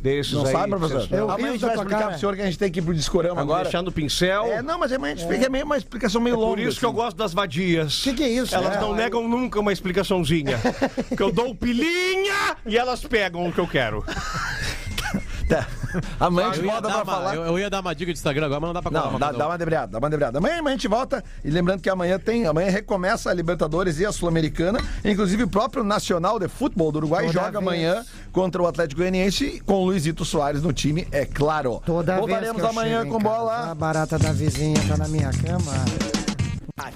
S6: desses
S2: Não
S6: aí?
S2: sabe, professor?
S6: Eu,
S2: amanhã a gente vai explicar pro senhor que a gente tem que ir pro discorama
S6: Vamos
S2: agora.
S6: deixar no pincel.
S2: É, não, mas amanhã a gente explica meio uma explicação meio
S6: Tá É
S2: longa.
S6: Por isso que eu
S2: assim.
S6: gosto das vadias.
S9: Que que é isso?
S6: Elas
S9: É,
S6: não
S9: eu-
S6: negam nunca uma explicaçãozinha. que eu dou o pilinha e elas pegam o que eu quero.
S2: Amanhã
S3: Ah,
S2: a
S3: eu
S2: gente
S3: ia
S2: volta
S3: dar
S2: pra
S3: uma-
S2: falar.
S3: Eu, eu ia dar uma dica de Instagram agora, mas não dá pra colar
S2: Não, dá,
S3: cada um.
S2: dá uma debreada, dá uma debreada. Amanhã, amanhã a gente volta. E lembrando que amanhã tem, amanhã recomeça a Libertadores e a Sul-Americana. Inclusive, o próprio Nacional de Futebol do Uruguai
S9: Toda
S2: joga
S9: vez.
S2: amanhã contra o Atlético Goianiense com o Luizito Soares no time, é claro.
S9: Toda vez
S2: Voltaremos
S9: que eu
S2: amanhã
S9: chego em
S2: com
S9: casa,
S2: bola.
S9: A barata da vizinha tá na minha cama.